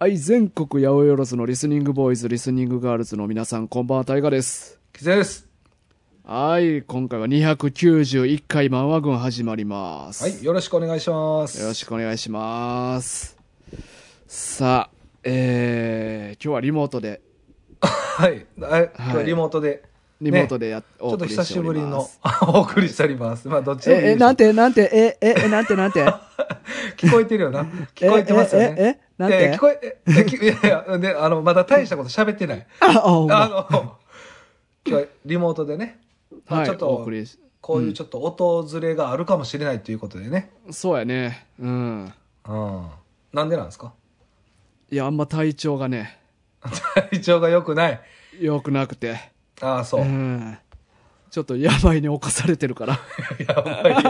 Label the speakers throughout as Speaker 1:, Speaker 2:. Speaker 1: はい、全国八百万のリスニングボーイズ、リスニングガールズの皆さん、こんばんは、タイガです。
Speaker 2: キツネです。
Speaker 1: はい、今回は291回漫画軍始まります。
Speaker 2: はい、よろしくお願いします。
Speaker 1: よろしくお願いします。さあ、えー、今日はリモートで、
Speaker 2: はい、あ今日リモートで、
Speaker 1: リモートでやっ、
Speaker 2: ちょ
Speaker 1: お
Speaker 2: っと
Speaker 1: 送り
Speaker 2: 久
Speaker 1: して
Speaker 2: し
Speaker 1: お
Speaker 2: ぶり
Speaker 1: りま
Speaker 2: の
Speaker 1: す。
Speaker 2: あお送りしております。まあ、どっちでもいい
Speaker 1: え、え、
Speaker 2: でしょ
Speaker 1: なんて、なんて、え、え、え、なんて、 なんて。
Speaker 2: 聞こえてる よな。聞こえてますよね。
Speaker 1: ええええなんて
Speaker 2: いやいや聞こ え、えきいやいや、ね、あの、まだ大したこと喋ってない。
Speaker 1: あ、あ、ほんま
Speaker 2: あの、今日はリモートでね、まあ、
Speaker 1: はい
Speaker 2: ちょっ
Speaker 1: お
Speaker 2: と
Speaker 1: 送、りし
Speaker 2: こういうちょっと音ずれがあるかもしれないということでね。
Speaker 1: そうやね。うん。
Speaker 2: うん。なんでなんですか
Speaker 1: いや、あんま体調がね、
Speaker 2: 体調が良くない。
Speaker 1: 良くなくて。
Speaker 2: ああ、そうう。
Speaker 1: ん。ちょっと病に侵されてるから。
Speaker 2: やばいやん。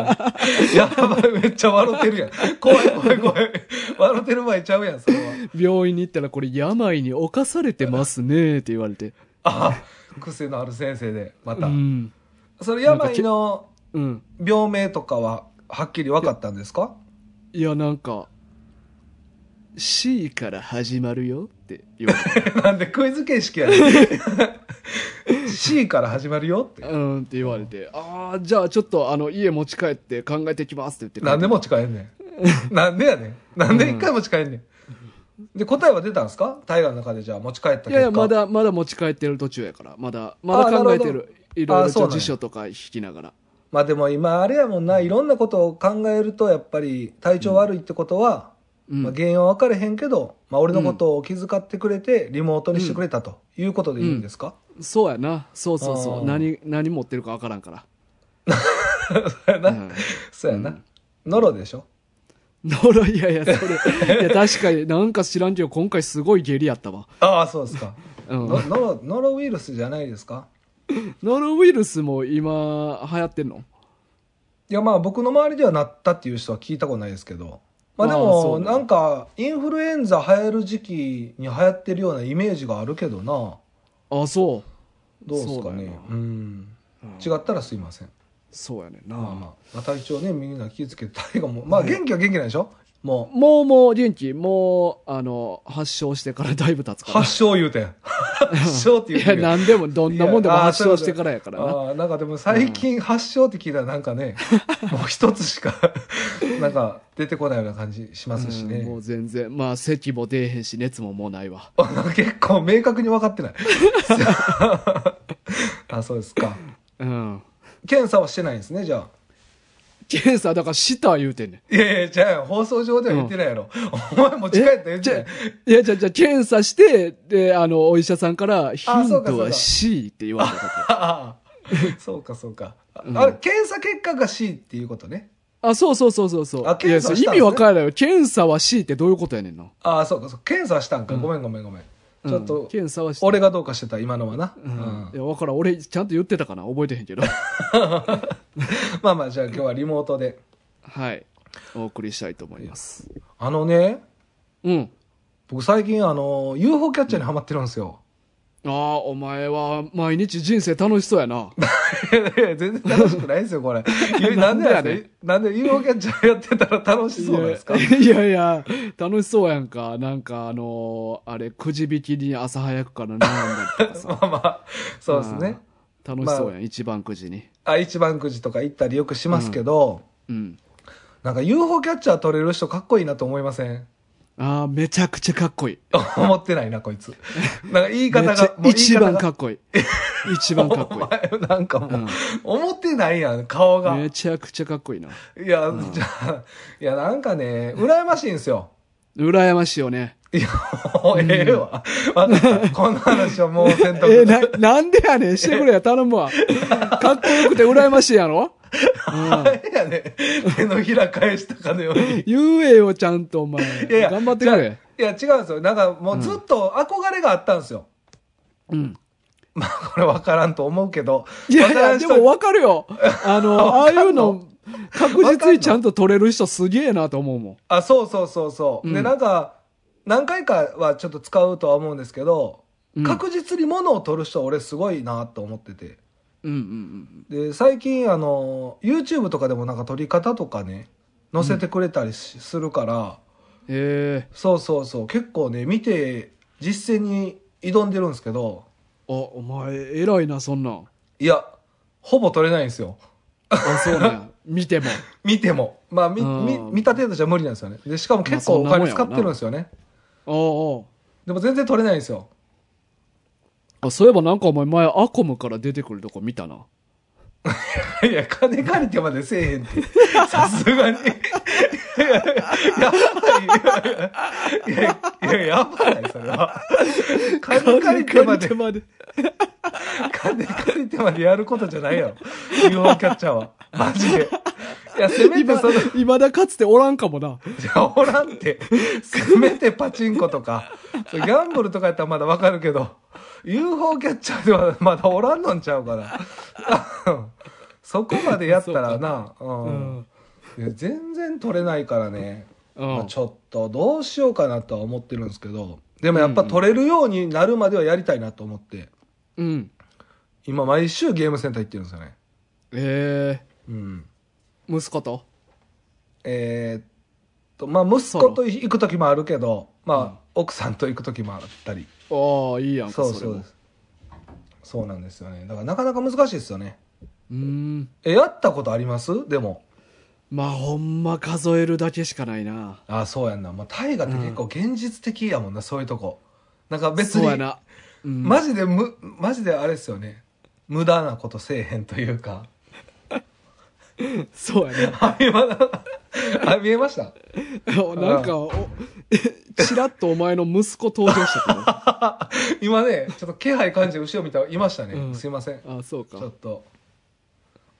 Speaker 2: やばい、めっちゃ笑ってるやん。怖い怖い怖い。笑ってる前ちゃうやん、それは。
Speaker 1: 病院に行ったら、これ病に侵されてますねって言われて。
Speaker 2: あ癖のある先生で、ま
Speaker 1: う
Speaker 2: た。
Speaker 1: ん。
Speaker 2: それ、病の
Speaker 1: うん。
Speaker 2: 病名とかは、はっきり分かったんで すか
Speaker 1: いや、なんか、C から始まるよって言わ れ
Speaker 2: なんでクイズ形式やねん。C から始まるよって
Speaker 1: て。。うんって言われて、ああ、じゃあちょっとあの、家持ち帰って考えてきますって言って。
Speaker 2: なんで持ち帰んねん。なんでやねん。なんで一回持ち帰んねん。で、答えは出たんですか大河の中でじゃあ持ち帰った結
Speaker 1: い
Speaker 2: 果。
Speaker 1: やいや、ま。だ、まだ持ち帰ってる途中やから。まだ、まだ考えて
Speaker 2: なる
Speaker 1: る。
Speaker 2: ど
Speaker 1: いろい
Speaker 2: あー
Speaker 1: ろ
Speaker 2: そ
Speaker 1: と
Speaker 2: うなんや
Speaker 1: 辞書とか引きながら。
Speaker 2: まあでも今あれやもんな、いろんなことを考えるとやっぱり体調悪いってことは、
Speaker 1: うん
Speaker 2: まあ、原因は分かれへんけど、まあ、俺のことを気遣ってくれて、リモートにしてくれたということでいいんですか、
Speaker 1: そうやな。そうそうそ
Speaker 2: あ
Speaker 1: う。
Speaker 2: ー
Speaker 1: 何、何持ってるかわからんから。
Speaker 2: そう やな、
Speaker 1: うん
Speaker 2: そうやな、ノロでしょ
Speaker 1: 呪いやいや、そ れ。いや、確かになんか知らんけど、今回すごい下痢やったわ。
Speaker 2: ああそうですか、
Speaker 1: うん
Speaker 2: のノロノロウイルスじゃないですか
Speaker 1: ノロウイルスも今、流行ってんの
Speaker 2: いやまあ僕の周りではなったっていう人は聞いたことないですけどまあで
Speaker 1: ああそ
Speaker 2: も
Speaker 1: うね
Speaker 2: なんかインフルエンザ流行る時期に流行ってるようなイメージがあるけどな
Speaker 1: あ、そう。
Speaker 2: どうですかねうん違ったらすいません
Speaker 1: そうやねんな。
Speaker 2: まあまあ、体調ね、みんな気付けて、大河も、まあ元気は元気なんでしょも
Speaker 1: もうもう元気、もう、あの、発症してからだいぶ経つ
Speaker 2: う、
Speaker 1: か
Speaker 2: 発症言 うてん。発症って
Speaker 1: ら。
Speaker 2: 言
Speaker 1: いう
Speaker 2: て
Speaker 1: や、
Speaker 2: る
Speaker 1: なんでも、どんなもんでも
Speaker 2: いやあー
Speaker 1: 発症してからやからな。
Speaker 2: ああ、なんかでも最近発症って聞いたらなんか ね、もう一つしか、 なんか出てこないような感じしますし
Speaker 1: うんも
Speaker 2: ね
Speaker 1: う。全然、まあ、咳も出えへんし、熱ももうないわ。
Speaker 2: 結構明確に分かってない。 あ、そうですか。
Speaker 1: うん。
Speaker 2: 検査はしてないんですね、じゃあ。
Speaker 1: 検査、だから、した言うてんねん。
Speaker 2: いやいや、じゃあ放送上では言ってないやろ。お前持ち帰った言ってない。
Speaker 1: いや、じゃあ、じゃあ検査して、で、あの、お医者さんから、ヒン
Speaker 2: そうか
Speaker 1: ト
Speaker 2: そう
Speaker 1: は
Speaker 2: か
Speaker 1: C って言われたから。
Speaker 2: ああ そうかそうか、あ
Speaker 1: うん
Speaker 2: あれ検査結果が C っていうことね
Speaker 1: あ、そうそうそうそうそう。
Speaker 2: あ検
Speaker 1: い
Speaker 2: 査
Speaker 1: や
Speaker 2: した
Speaker 1: そう意
Speaker 2: んですね
Speaker 1: 味わからないよ。検査は C ってどういうことやねんな。
Speaker 2: ああそうかそう検査したんか、ごめんごめんごめんちょっ
Speaker 1: うん
Speaker 2: と、
Speaker 1: 検査はして
Speaker 2: 俺がどうかしてた今のはな、う
Speaker 1: うんん、いや、わからん。俺、ちゃんと言ってたかな覚えてへんけど。
Speaker 2: まあまあじゃあ今日はリモートで
Speaker 1: はい。お送りしたいと思います。
Speaker 2: あのね
Speaker 1: うん。
Speaker 2: 僕最近あの UFO キャッチャーにハマってるんですよ、
Speaker 1: ああ、お前は毎日人生楽しそうやな。
Speaker 2: いやいや全然楽しくないですよこれゆなんでやねんなんで UFO キャッチャーやってたら楽 しそうなんですか
Speaker 1: いやいやいや、楽しそうやんか。なんか、あのーあれ、くじ引きに朝早くから悩んだりとかさ。
Speaker 2: まあまあそうですね、
Speaker 1: うん。楽しそうやん、一番くじに。
Speaker 2: あ一番くじとか行ったりよくしますけど、
Speaker 1: うん。
Speaker 2: なんか UFO キャッチャー取れる人かっこいいなと思いません
Speaker 1: ああ、めちゃくちゃかっこいい。
Speaker 2: 思ってないな、こ いつ。なんか言い方
Speaker 1: めっちゃ
Speaker 2: が、もう言い
Speaker 1: 一
Speaker 2: 方が
Speaker 1: 番かっ こいい。一番かっこいい。
Speaker 2: お前なんかもう、
Speaker 1: うん
Speaker 2: 思ってないやん、顔が。
Speaker 1: め
Speaker 2: い
Speaker 1: ちゃくちゃかっこいいな。
Speaker 2: や、じゃあ、いや、なんかね、羨ましいんですよ。
Speaker 1: 羨ましいよね。
Speaker 2: いや、もうええわ。わかったこんな話はもうせん
Speaker 1: え
Speaker 2: とく。
Speaker 1: な、なんでやねん。してくれや、頼むわ。かっこよくて羨ましいやろ
Speaker 2: あれやね、手のひら返したかのように。
Speaker 1: 言えよ、ちゃんとお前。
Speaker 2: いやいや
Speaker 1: 頑張ってくれ。
Speaker 2: いや、違うんですよ。なんかもうずっと憧れがあったんですよ。
Speaker 1: うん。
Speaker 2: まあ、これわからんと思うけど。
Speaker 1: いやい
Speaker 2: わから
Speaker 1: や、
Speaker 2: ん
Speaker 1: で
Speaker 2: 人
Speaker 1: も分かるよ。あ の、ああいうの、確
Speaker 2: わか
Speaker 1: 実
Speaker 2: ん
Speaker 1: に
Speaker 2: の
Speaker 1: ちゃんと取れる人すげえなと思うもん。
Speaker 2: あ、そうそうそうそう。
Speaker 1: う
Speaker 2: で、
Speaker 1: ん
Speaker 2: なんか、何回かはちょっと使うとは思うんですけど、
Speaker 1: うん
Speaker 2: 確実に物を取る人は俺すごいなと思ってて。
Speaker 1: うんうん
Speaker 2: で、最近、あの、YouTube とかでもなんか取り方とかね、載せてくれたりしするから、
Speaker 1: うん。え
Speaker 2: そうそうそう結構ね見て実践に挑んでるんですけど
Speaker 1: ー、あお前偉いなそんなん
Speaker 2: いやほぼ取れないんですよ
Speaker 1: あそう ね見ても
Speaker 2: 見てもまあみ
Speaker 1: うん
Speaker 2: み見た程度じゃ無理なんですよねでしかも結構お
Speaker 1: まあそんなもん
Speaker 2: 金
Speaker 1: や
Speaker 2: 使
Speaker 1: わな
Speaker 2: ってるんですよね
Speaker 1: おうおう
Speaker 2: でも全然取れないんですよ
Speaker 1: あそういえばなんかお前前アコムから出てくるとこ見たない
Speaker 2: や、金借りてまでせえへんって。さすがに。いや、やばい。いや、いや、いややばい、それは。金借りてまで、
Speaker 1: まで
Speaker 2: 金借りてまでやることじゃないやろ。UFO キャッチャーは。マジで。いや、せめて
Speaker 1: 今
Speaker 2: その、い
Speaker 1: まだかつておらんかもな
Speaker 2: や、おらんって。せめてパチンコとか、ギャンブルとかやったらまだわかるけど、UFO キャッチャーではまだおらんのんちゃうかな。 そこまでやったらな、
Speaker 1: う
Speaker 2: うん
Speaker 1: ん、
Speaker 2: いや全然取れないからね、
Speaker 1: うん
Speaker 2: まあ、ちょっとどうしようかなとは思ってるんですけどでもやっぱ取れるようになるまではやりたいなと思って
Speaker 1: うん
Speaker 2: 今毎週ゲームセンター行ってるんですよね
Speaker 1: え
Speaker 2: うん
Speaker 1: え息子と
Speaker 2: えーっとまあ息子と行く時もあるけどまあ奥さんと行く時もあったり
Speaker 1: ああいいやんか
Speaker 2: そう
Speaker 1: れ
Speaker 2: そ
Speaker 1: も
Speaker 2: うですそうなんですよねだからなかなか難しいですよね
Speaker 1: うーん
Speaker 2: えやったことありますでも
Speaker 1: まあほんま数えるだけしかないな
Speaker 2: ああそうやんな、まあ、大河って結構現実的やもんな、そういうとこなんか別
Speaker 1: そう
Speaker 2: に
Speaker 1: やな、うん
Speaker 2: マジでむマジであれですよね無駄なことせえへんというか
Speaker 1: そう や
Speaker 2: あ見えまあ見えました
Speaker 1: ななんかお ちらっとお前の息子登場した か
Speaker 2: 今ねちょっと気配感じて後ろ見たらいましたね、
Speaker 1: うん
Speaker 2: すいませんち
Speaker 1: らあそうか
Speaker 2: ょっと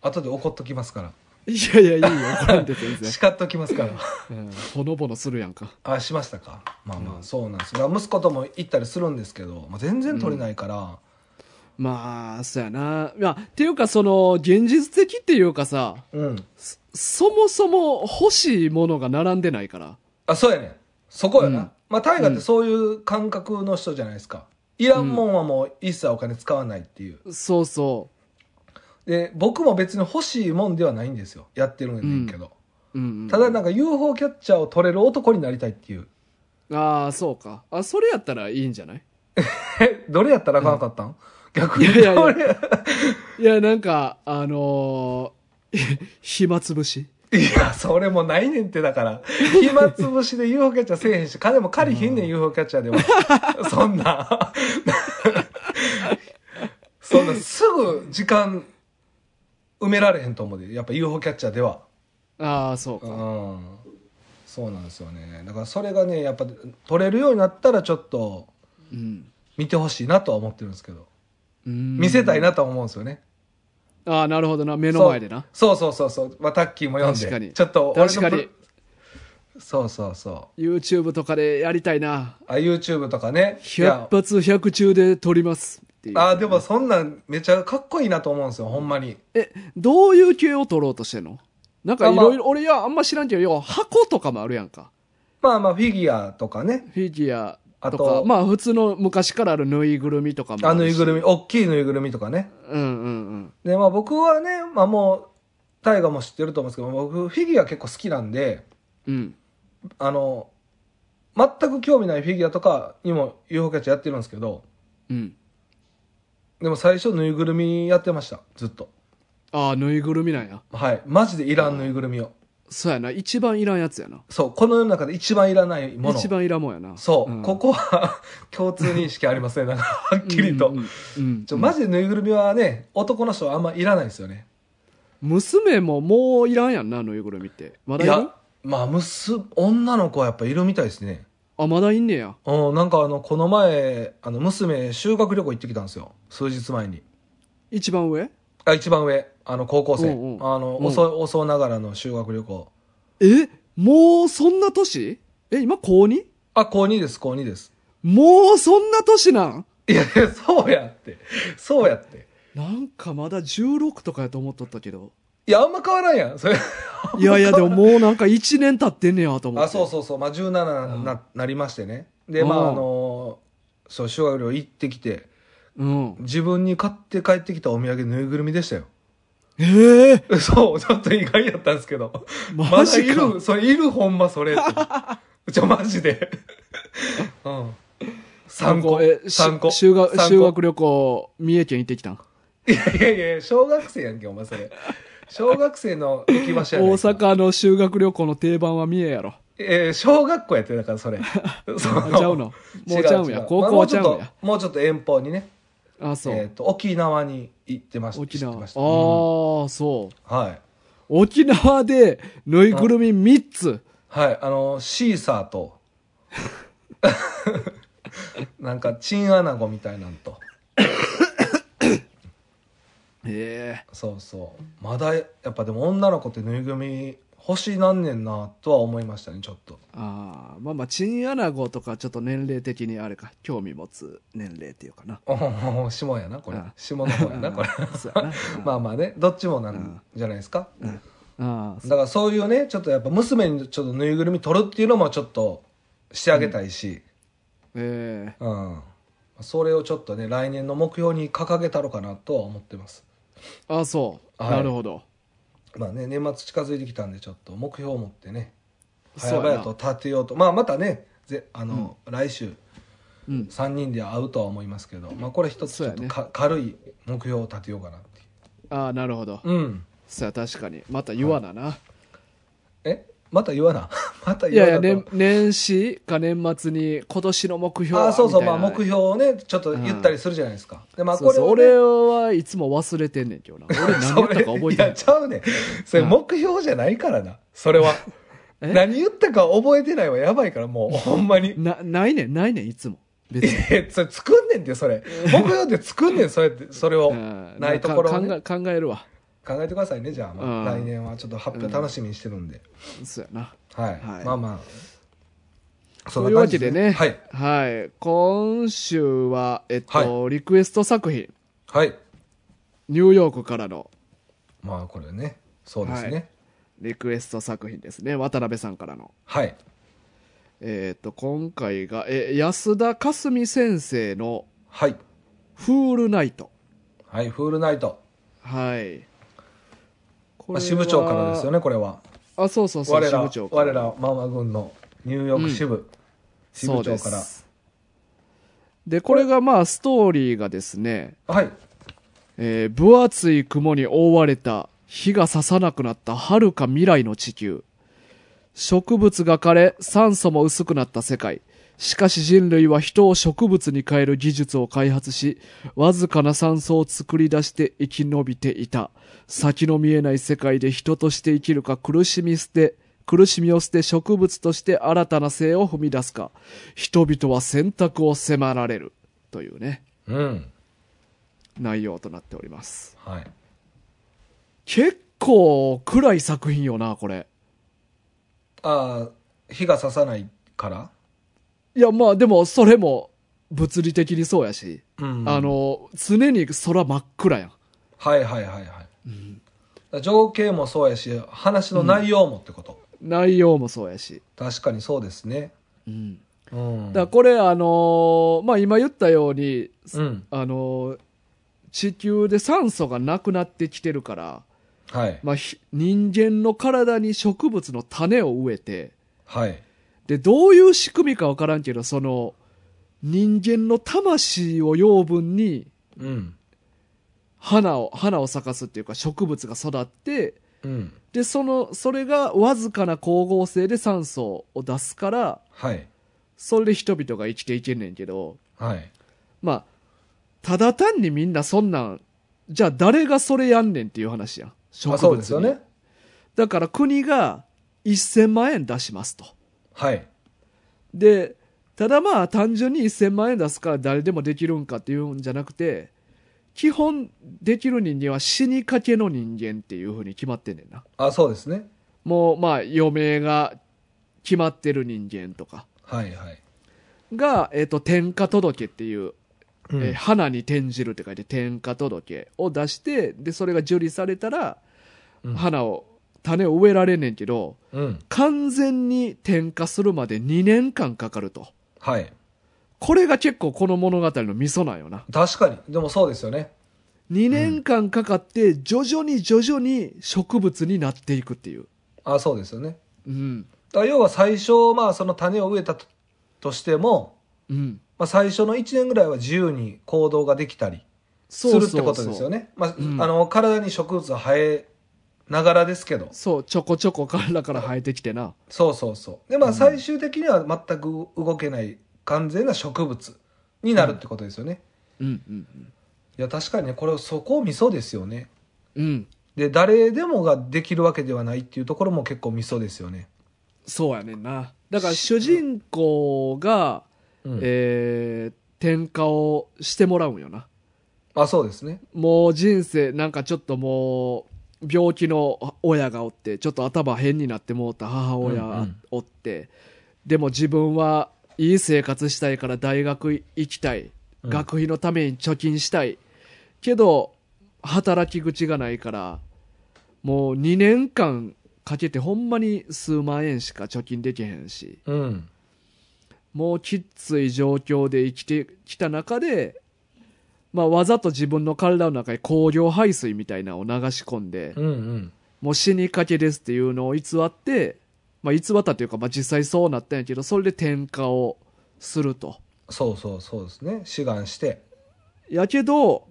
Speaker 2: 後で怒っときますか
Speaker 1: いやいやいいよ怒らんで全
Speaker 2: ら
Speaker 1: 然、
Speaker 2: 叱っときま すから
Speaker 1: うん、ほのぼのするやんか
Speaker 2: あしましたかまあまあそうなんですよ息子とも行ったりするんですけど、まあ、全然取れないから、
Speaker 1: まあそうやなまあっていうかその現実的っていうかさ
Speaker 2: うん
Speaker 1: そそもそも欲しいものが並んでないから
Speaker 2: あそうやねんそこやな、
Speaker 1: うん
Speaker 2: まあ大河ってそういう感覚の人じゃないですかいらんもんはもう一切お金使わないっていう
Speaker 1: そうそ
Speaker 2: で僕も別に欲しいもんではないんですよやってるんやねんけど、
Speaker 1: う、うんうん、
Speaker 2: ただなんか UFO キャッチャーを取れる男になりたいっ ていう
Speaker 1: ああそうかあそれやったらいいんじゃない
Speaker 2: えどれやったらあかんかったん、逆に
Speaker 1: いやいやいや
Speaker 2: どれ
Speaker 1: いやなんかあのー、 暇つぶし
Speaker 2: いやそれもないねんって だから暇つぶしで UFO キャッチャーせえへんし金も借りひんねん、UFO キャッチャーでもそんなそんなすぐ時間埋められへんと思うでやっぱ UFO キャッチャーでは
Speaker 1: ああそうか
Speaker 2: うんそうなんですよねだからそれがねやっぱ取れるようになったらちょっと
Speaker 1: うん、
Speaker 2: 見てほしいなとは思ってるんですけど
Speaker 1: うん、
Speaker 2: 見せたいなとは思うんですよね、
Speaker 1: ああなるほどな目の前でな
Speaker 2: そうそうそうそう、まあ、タッキーも読んで
Speaker 1: 確かに
Speaker 2: ちょっと俺の
Speaker 1: 確かに
Speaker 2: そうそうそう
Speaker 1: YouTube とかでやりたいな
Speaker 2: あ YouTube とかねいや
Speaker 1: 100発100中で撮りますっていう
Speaker 2: あでもそんなんめちゃかっこいいなと思うんですよほんまに
Speaker 1: えどういう系を撮ろうとしてんのなんかいろいろ俺いやあんま知らんけど要は箱とかもあるやんか
Speaker 2: まあまあフィギュアとかね
Speaker 1: フィギュア
Speaker 2: あ
Speaker 1: とか
Speaker 2: と
Speaker 1: まあ普通の昔からあるぬいぐるみとかも
Speaker 2: あ
Speaker 1: るし
Speaker 2: ぬいぐるみ大きいぬいぐるみとかね
Speaker 1: うんうんうん
Speaker 2: でまあ僕はねまあもう大河も知ってると思うんですけど僕フィギュア結構好きなんで
Speaker 1: うん
Speaker 2: あの全く興味ないフィギュアとかにも UFO キャッチャーやってるんですけど
Speaker 1: うん
Speaker 2: でも最初ぬいぐるみやってましたずっと
Speaker 1: ああぬいぐるみなんや
Speaker 2: はいマジでいらんぬいぐるみを
Speaker 1: そうやな一番いらんやつやな
Speaker 2: そうこの世の中で一番いらないもの
Speaker 1: 一番いらんもんやな
Speaker 2: そう、
Speaker 1: ん
Speaker 2: ここは 共通認識ありますねなんかはっきりと、
Speaker 1: うんうんうんうん
Speaker 2: ちょマジでぬいぐるみはね男の人はあんまいらないですよね
Speaker 1: 娘ももういらんやんなぬいぐるみってまだ
Speaker 2: い
Speaker 1: いる
Speaker 2: やまあむす女の子はやっぱいるみたいですね
Speaker 1: あまだいんねや
Speaker 2: うんなんかあのこの前あの娘修学旅行行ってきたんですよ数日前に
Speaker 1: 一番上
Speaker 2: あ一番上あの高校生、
Speaker 1: うんうん
Speaker 2: あの、
Speaker 1: うん
Speaker 2: 遅い遅いながらの修学旅行
Speaker 1: えもうそんな年え今高 2?
Speaker 2: あ高2です高2です
Speaker 1: もうそんな年なん
Speaker 2: いやいやそうやってそうやって
Speaker 1: なんかまだ16とかやと思っとったけ ど。
Speaker 2: いやあんま変わらんやんそれ
Speaker 1: いやいや、でももうなんか1年経ってんねやと思って。
Speaker 2: あそうそうそう、まあ、17な,、
Speaker 1: うん
Speaker 2: ななりましてねでまあ
Speaker 1: うん
Speaker 2: あのそう修学旅行行ってきて
Speaker 1: う。 うん。
Speaker 2: 自分に買って帰ってきたお土産ぬいぐるみでしたよ
Speaker 1: ええ
Speaker 2: そうちょっと意外やったんですけど
Speaker 1: マ
Speaker 2: だい
Speaker 1: ジか。
Speaker 2: るそれいるほんまそれって ちょ、マジで。うん。
Speaker 1: 参
Speaker 2: 参
Speaker 1: 考
Speaker 2: 考。
Speaker 1: え、し
Speaker 2: 参考。
Speaker 1: 修学、
Speaker 2: 参考
Speaker 1: 修学旅行、三重県行ってきたん。
Speaker 2: いやいやいや、小学生やんけ、お前それ。小学生の行き場所
Speaker 1: 大
Speaker 2: やないか。
Speaker 1: 阪の修学旅行の定番は三重やろ。
Speaker 2: えー小学校やって、だか らそれ。そ
Speaker 1: あちゃうのもうちゃうんや
Speaker 2: 違違
Speaker 1: 高校はちゃうんや
Speaker 2: まあもうちょっともうちょっと遠方にね、
Speaker 1: あ、そう。
Speaker 2: えっと、沖縄に行ってました。
Speaker 1: 沖
Speaker 2: 行っ
Speaker 1: 縄。
Speaker 2: て
Speaker 1: ああ
Speaker 2: ましたうん
Speaker 1: ー、そう。
Speaker 2: はい。
Speaker 1: 沖縄で、ぬいぐるみ3つ。
Speaker 2: はい、あの、シーサーと、 なんか、チンアナゴみたいなんと。
Speaker 1: え
Speaker 2: そうそう。まだ、やっぱでも女の子ってぬいぐるみ欲しいなんねんな、とは思いましたね、ちょっと。
Speaker 1: えああ、まあまあ、チンアナゴとかちょっと年齢的にあれか、興味持つ年齢っていうかな。
Speaker 2: おおお、下やな、これ
Speaker 1: うん。
Speaker 2: 下の方や な、これ。
Speaker 1: あ そうやな。
Speaker 2: まあまあね、どっちもなんじゃないですか。
Speaker 1: ああ、そ
Speaker 2: だからそういうね、ちょっとやっぱ娘にちょっとぬいぐるみ取るっていうのもちょっとしてあげたいし、
Speaker 1: ええ
Speaker 2: うん。それをちょっとね、来年の目標に掲げたのかなとは思ってます。
Speaker 1: あそう。
Speaker 2: はい
Speaker 1: なるほど。
Speaker 2: まあね、年末近づいてきたんで、ちょっと目標を持ってね、
Speaker 1: そう
Speaker 2: 早
Speaker 1: やな
Speaker 2: 々と立てようと。まあまたね、ぜあの、来週、
Speaker 1: うん。
Speaker 2: 3人で会うとは思いますけど、まあこれ一つちょっ
Speaker 1: そう
Speaker 2: と
Speaker 1: やね
Speaker 2: か、軽い目標を立てようかなってい
Speaker 1: ああ、なるほど。
Speaker 2: う。うん。
Speaker 1: そうや、確かに。また言わなな。
Speaker 2: えまた言わな。 また
Speaker 1: い
Speaker 2: 言
Speaker 1: や
Speaker 2: わ
Speaker 1: い
Speaker 2: な
Speaker 1: や、
Speaker 2: と
Speaker 1: 年年始か年末に今年の目標は
Speaker 2: あーそうそう、まあ、
Speaker 1: みた
Speaker 2: 目
Speaker 1: いな
Speaker 2: 標をねちょっと言ったりするじゃないですか、でまあ
Speaker 1: そう
Speaker 2: こ
Speaker 1: そ
Speaker 2: れ
Speaker 1: う
Speaker 2: をね、
Speaker 1: 俺はいつも忘れてんねんけどな。 俺何やったか覚えて
Speaker 2: それ
Speaker 1: ない
Speaker 2: や。ちゃうねんそれ
Speaker 1: うん
Speaker 2: 目標じゃないからなそれは
Speaker 1: え
Speaker 2: 何言ったか覚えてないはやばいからもうほんまに
Speaker 1: な、ないねん、ないねん、いつも。別 に。
Speaker 2: え それ作んねんってそれ目標って作んねんそれってそれを
Speaker 1: うん
Speaker 2: ないところを、ね、
Speaker 1: か考え考えるわ。
Speaker 2: 考えてくださいねじゃあ、まあ
Speaker 1: うん
Speaker 2: 来年はちょっと発表楽しみにしてるんで、
Speaker 1: そうやな。
Speaker 2: はい、
Speaker 1: はい
Speaker 2: まあまあ
Speaker 1: というわけでね。
Speaker 2: はい。
Speaker 1: はい。今週は、えっと、リクエスト作品、
Speaker 2: はい
Speaker 1: ニューヨークからの
Speaker 2: まあこれねそうですね
Speaker 1: リクエスト作品ですね。渡辺さんからの。
Speaker 2: はい、
Speaker 1: えっと、今回が、え、安田かすみ先生の
Speaker 2: はい
Speaker 1: フールナイト。
Speaker 2: はい、フールナイト。
Speaker 1: はい。こ
Speaker 2: まあ、支部長からですよ
Speaker 1: ね。
Speaker 2: ね、これは。
Speaker 1: あ、そうそうそう、
Speaker 2: 我
Speaker 1: 支
Speaker 2: ら
Speaker 1: 部長、から
Speaker 2: 我ら、ママ軍のニューヨーク支部。支
Speaker 1: そう
Speaker 2: 部
Speaker 1: で
Speaker 2: 長
Speaker 1: す
Speaker 2: から。
Speaker 1: で、これがまあ、ストーリーがですね、
Speaker 2: はい。
Speaker 1: えー分厚い雲に覆われた、日が差さなくなった遥か未来の地球。植物が枯れ、酸素も薄くなった世界。しかし人類は人を植物に変える技術を開発し、わずかな酸素を作り出して生き延びていた。先の見えない世界で人として生きるか苦しみ捨て、苦しみを捨て植物として新たな性を踏み出すか。人々は選択を迫られる。というね、
Speaker 2: うん。
Speaker 1: 内容となっております。
Speaker 2: はい。
Speaker 1: 結構暗い作品よな、これ。
Speaker 2: ああ、火が刺さないから
Speaker 1: いや、まあでも、それも物理的にそうやし、
Speaker 2: うん
Speaker 1: あ、の、常に空真っ暗やん。
Speaker 2: はいはいはいはい。情景もそうやし、話の内容もってこと。
Speaker 1: 内容もそうやし。
Speaker 2: 確かにそうですね。
Speaker 1: うん。
Speaker 2: うん。
Speaker 1: だからこれ、あのーまあ今言ったように、
Speaker 2: うん。
Speaker 1: あのー地球で酸素がなくなってきてるから、
Speaker 2: はい。
Speaker 1: まあ、ひ人間の体に植物の種を植えて、
Speaker 2: はい。
Speaker 1: で、どういう仕組みかわからんけど、その、人間の魂を養分に、
Speaker 2: うん。
Speaker 1: 花を、花を咲かすっていうか植物が育って、
Speaker 2: うん。
Speaker 1: で、その、それがわずかな光合成で酸素を出すから、
Speaker 2: はい。
Speaker 1: それで人々が生きていけんねんけど、
Speaker 2: はい。
Speaker 1: まあ、ただ単にみんなそんなん、じゃあ誰がそれやんねんっていう話やん。植
Speaker 2: ま
Speaker 1: 物に
Speaker 2: あそうですよね。
Speaker 1: だから国が1000万円出しますと。
Speaker 2: はい。
Speaker 1: で、ただまあ単純に1000万円出すから誰でもできるんかっていうんじゃなくて、基本できる人間は死にかけの人間っていうふうに決まってんねんな。
Speaker 2: あそうですね。
Speaker 1: もうまあ余命が決まってる人間とか
Speaker 2: はいはい。
Speaker 1: が、えっと転嫁届っていう、
Speaker 2: うん
Speaker 1: えー花に転じるって書いて転嫁届を出してでそれが受理されたら、
Speaker 2: うん
Speaker 1: 花を種を植えられんねんけど
Speaker 2: うん。
Speaker 1: 完全に転嫁するまで2年間かかると
Speaker 2: はい。
Speaker 1: これが結構この物語のミソなんよな
Speaker 2: 確かに。でもそうですよね。
Speaker 1: 2年間かかって徐々に徐々に植物になっていくっていう、
Speaker 2: あそうですよね。
Speaker 1: うん、
Speaker 2: だから要は最初、まあ、その種を植えたととしても、
Speaker 1: うん。
Speaker 2: まあ、最初の1年ぐらいは自由に行動ができたりす
Speaker 1: そう
Speaker 2: る
Speaker 1: そう
Speaker 2: っ
Speaker 1: そう
Speaker 2: てことですよね。まあ
Speaker 1: うん
Speaker 2: あの体に植物は生えながらですけど
Speaker 1: そう、ちょこちょこ体から生えてきてな。
Speaker 2: そうそうそうでま
Speaker 1: う
Speaker 2: あ
Speaker 1: ん
Speaker 2: 最終的には全く動けない完全な植物になるってことですよね。
Speaker 1: うんうん
Speaker 2: いや確かにねこれそこをミソですよね。
Speaker 1: うん。うん。
Speaker 2: で誰でもができるわけではないっていうところも結構ミソですよね。
Speaker 1: そうやねんな。だから主人公が、
Speaker 2: うん
Speaker 1: えー、転化をしてもらうんよな。
Speaker 2: あそうですね。
Speaker 1: もう人生、なんかちょっともう、病気の親がおって、ちょっと頭変になってもうた母
Speaker 2: うんう
Speaker 1: 親
Speaker 2: ん
Speaker 1: おって、でも自分はいい生活したいから大学行きたい。
Speaker 2: うん
Speaker 1: 学費のために貯金したい。けど、働き口がないから、もう2年間かけてほんまに数万円しか貯金できへんし、
Speaker 2: うん
Speaker 1: もうきつい状況で生きてきた中で、まあわざと自分の体の中に工業排水みたいなのを流し込んで、
Speaker 2: うんうん
Speaker 1: もう死にかけですっていうのを偽って、まあ偽ったというか、まあ実際そうなったんやけど、それで転嫁をすると。
Speaker 2: そうそうそうですね志願して。
Speaker 1: やけど、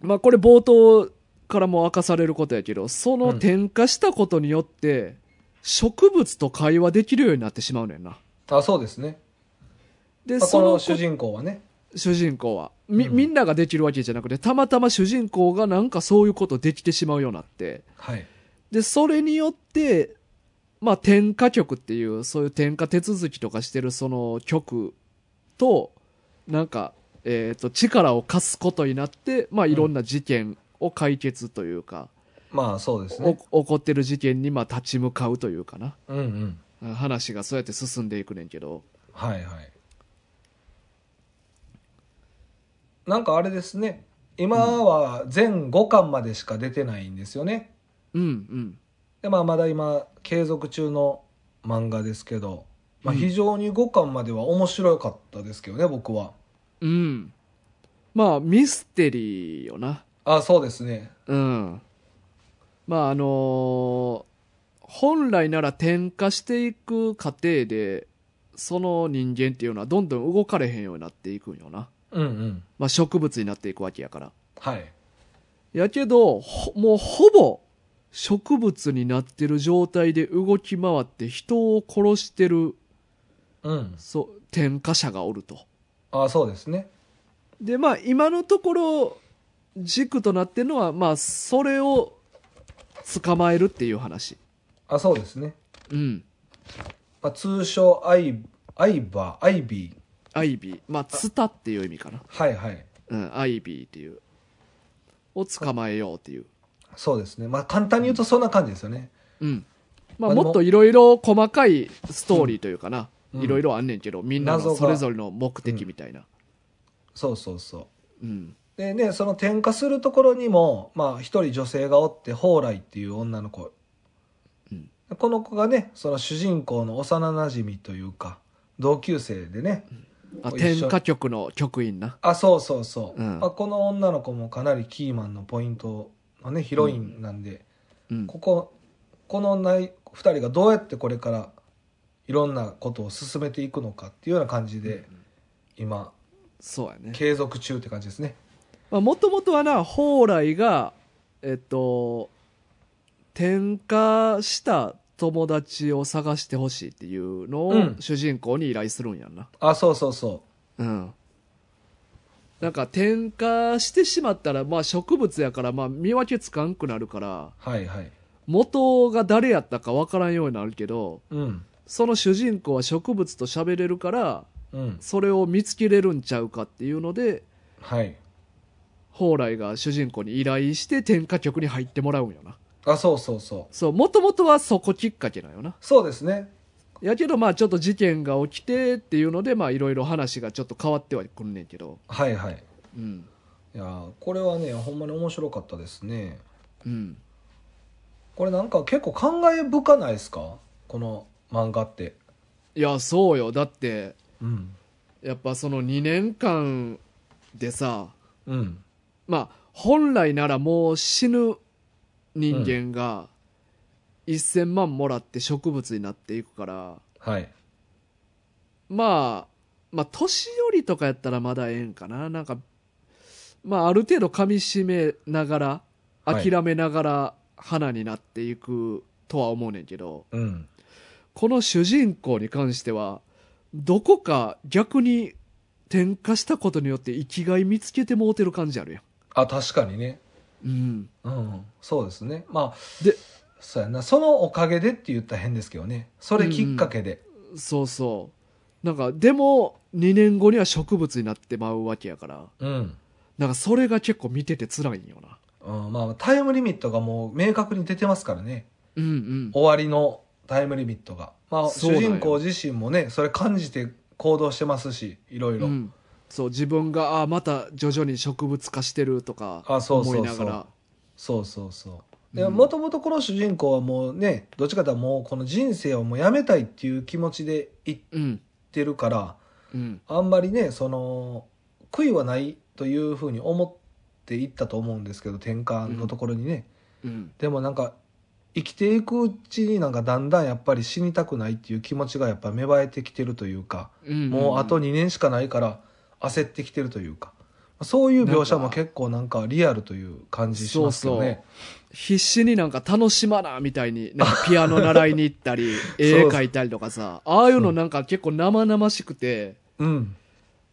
Speaker 1: まあこれ冒頭からも明かされることやけど、その転化したことによって、植物と会話できるようになってしまうねんな。
Speaker 2: あそうですね。
Speaker 1: で、
Speaker 2: まあこ
Speaker 1: そ
Speaker 2: の
Speaker 1: の
Speaker 2: 主人公はね。
Speaker 1: 主人公は。み、
Speaker 2: うん
Speaker 1: みんなができるわけじゃなくて、たまたま主人公がなんかそういうことできてしまうようになって。
Speaker 2: はい。
Speaker 1: で、それによって、まあ、転嫁局っていう、そういう転嫁手続きとかしてるその局と、なんか、えっ、と、力を貸すことになって、まあ、いろんな事件を解決というか、
Speaker 2: まあそうです
Speaker 1: お
Speaker 2: ね。
Speaker 1: 起こってる事件にまあ立ち向かうというかな。
Speaker 2: うんうん。
Speaker 1: 話がそうやって進んでいくねんけど。
Speaker 2: はいはい。なんかあれですね。今は全5巻までしか出てないんですよね。
Speaker 1: うんうん。
Speaker 2: でまあまだ今継続中の漫画ですけど、まあ
Speaker 1: うん
Speaker 2: 非常に5巻までは面白かったですけどね、僕は。
Speaker 1: うん。まあ、ミステリーよな。
Speaker 2: あ、そうですね。
Speaker 1: うん。まああのー本来なら転化していく過程で、その人間っていうのはどんどん動かれへんようになっていくんよな。
Speaker 2: うんうん。
Speaker 1: まあ植物になっていくわけやから。
Speaker 2: はい。
Speaker 1: やけど、ほもうほぼ植物になってる状態で動き回って人を殺してる、
Speaker 2: うん。
Speaker 1: そう、転化者がおると。
Speaker 2: あ、そうですね。
Speaker 1: でまあ今のところ軸となってるのはまあそれを捕まえるっていう話
Speaker 2: あ、そうですね。
Speaker 1: うん
Speaker 2: まあ通称アイ、アイバー、アイビー。
Speaker 1: アイビーまあツタっていう意味かな
Speaker 2: はいはい。
Speaker 1: うんアイビーっていうを捕まえようっていう
Speaker 2: そうですね。まあ簡単に言うとそんな感じですよね。
Speaker 1: うんま
Speaker 2: ま
Speaker 1: あ
Speaker 2: あでも
Speaker 1: もっといろいろ細かいストーリーというかな
Speaker 2: うん
Speaker 1: いろいろあんねんけどみんな
Speaker 2: 謎
Speaker 1: の
Speaker 2: が
Speaker 1: それぞれの目的みたいな
Speaker 2: そうそうそ
Speaker 1: う
Speaker 2: う。
Speaker 1: ん
Speaker 2: でね、その転嫁するところにも、まあ、一人女性がおって、蓬莱っていう女の子。
Speaker 1: うん
Speaker 2: この子がね、その主人公の幼馴染というか、同級生でね。
Speaker 1: あ
Speaker 2: こう一緒
Speaker 1: 天下局の局員な
Speaker 2: あ、そうそうそ
Speaker 1: う
Speaker 2: う。
Speaker 1: ん
Speaker 2: まあ、この女の子もかなりキーマンのポイントのね、ヒロインなんで、
Speaker 1: うん
Speaker 2: ここ、このない二人がどうやってこれから、いろんなことを進めていくのかっていうような感じで、今、
Speaker 1: そうやね
Speaker 2: 継続中って感じですね。
Speaker 1: まあ、もともとはな、蓬莱が、えっと、転化した友達を探してほしいっていうの
Speaker 2: う
Speaker 1: を
Speaker 2: ん
Speaker 1: 主人公に依頼するんやんな。
Speaker 2: あ、そうそうそ
Speaker 1: うん。なんか転化してしまったら、まあ植物やから、まあ見分けつかんくなるから、
Speaker 2: う。はいはい。
Speaker 1: 元が誰やったかわからんようになるけど、
Speaker 2: うん。
Speaker 1: その主人公は植物と喋れるから、
Speaker 2: うん。
Speaker 1: それを見つけれるんちゃうかっていうので、
Speaker 2: はい。
Speaker 1: 蓬莱が主人公に依頼して転化局に入ってもらうんよな。
Speaker 2: あ、そうそうそう。
Speaker 1: そう、もともとはそこきっかけなんよな。
Speaker 2: そうですね。
Speaker 1: やけどまあちょっと事件が起きてっていうのでまあいろいろ話がちょっと変わってはくんねんけど。
Speaker 2: はいはい。
Speaker 1: うん。
Speaker 2: いやーこれはね、ほんまに面白かったですね。
Speaker 1: うん。
Speaker 2: これなんか結構感慨深ないですかこの漫画って。
Speaker 1: いや、そうよ。だって、
Speaker 2: うん。
Speaker 1: やっぱその2年間でさ、
Speaker 2: うん。
Speaker 1: まあ本来ならもう死ぬ人間が、 1000万もらって植物になっていくから、
Speaker 2: はい。
Speaker 1: まあ、まあ、年寄りとかやったらまだええんかな。なんか、まあ、ある程度噛み締めながら、
Speaker 2: はい
Speaker 1: 諦めながら花になっていくとは思うねんけど、
Speaker 2: うん。
Speaker 1: この主人公に関しては、どこか逆に転化したことによって生きがい見つけてもうてる感じあるや
Speaker 2: あ、確かにね。
Speaker 1: ん。うん。
Speaker 2: うん。そうですね。まあ、
Speaker 1: で、
Speaker 2: そうやな。そのおかげでって言ったら変ですけどね。それきっかけで。
Speaker 1: そうそう。なんか、でも、2年後には植物になってまうわけやから、
Speaker 2: うん。
Speaker 1: なんかそれが結構見てて辛いんよな。
Speaker 2: うん、まあ、タイムリミットがもう明確に出てますからね。
Speaker 1: うんうん。
Speaker 2: 終わりのタイムリミットが。まあ、
Speaker 1: そうな
Speaker 2: 主
Speaker 1: んよ
Speaker 2: 人公自身もね、それ感じて行動してますし、いろいろ。
Speaker 1: うん、そう自分があーまた徐々に植物化してるとか
Speaker 2: あそうそう
Speaker 1: 思
Speaker 2: そ
Speaker 1: いうながら
Speaker 2: そうそうそう。
Speaker 1: う
Speaker 2: で
Speaker 1: ん
Speaker 2: もともとこの主人公はもうね、どっちかというともうこの人生をもうやめたいっていう気持ちでいっ
Speaker 1: うん
Speaker 2: てるから、
Speaker 1: うん
Speaker 2: あんまりね、その、悔いはないというふうに思っていったと思うんですけど、転換のところにね。
Speaker 1: うん
Speaker 2: でもなんか、生きていくうちになんかだんだんやっぱり死にたくないっていう気持ちがやっぱ芽生えてきてるというか、
Speaker 1: うん
Speaker 2: もうあと
Speaker 1: に
Speaker 2: 2年しかないから焦ってきてるというか、そういう描写も結構なんかリアルという感じしますけどね。
Speaker 1: 必死になんか楽しまなみたいになんかピアノ習いに行った り絵描いたりとかさああいうのなんか結構生々しくて
Speaker 2: うん。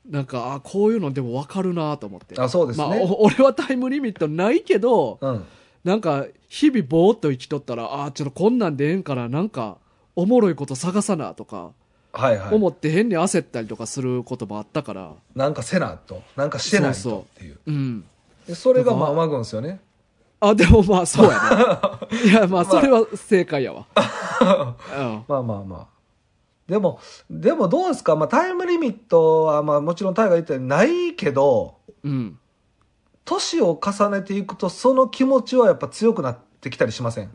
Speaker 1: なんかあーこういうのでも分かるなと思って
Speaker 2: あ、そうです
Speaker 1: まあ、
Speaker 2: ね。
Speaker 1: お 俺はタイムリミットないけど
Speaker 2: うん。
Speaker 1: なんか日々ぼーっと生きとったらあーちょっとこんなんでええんからなんかおもろいこと探さなとか
Speaker 2: はいはい。
Speaker 1: 思って変に焦ったりとかすることもあったから、
Speaker 2: なんかせなと。なんかしてない
Speaker 1: そう
Speaker 2: とっていう。
Speaker 1: うん。
Speaker 2: でそれがまあ、マグンですよね。
Speaker 1: あ、でもまあそうや ね。いやまあそれは正解やわ。
Speaker 2: まあまあまあ。でも、でもどうですかまあタイムリミットはまあもちろんタイが言ったようにないけど、
Speaker 1: うん。うん。
Speaker 2: 年を重ねていくとその気持ちはやっぱ強くなってきたりしません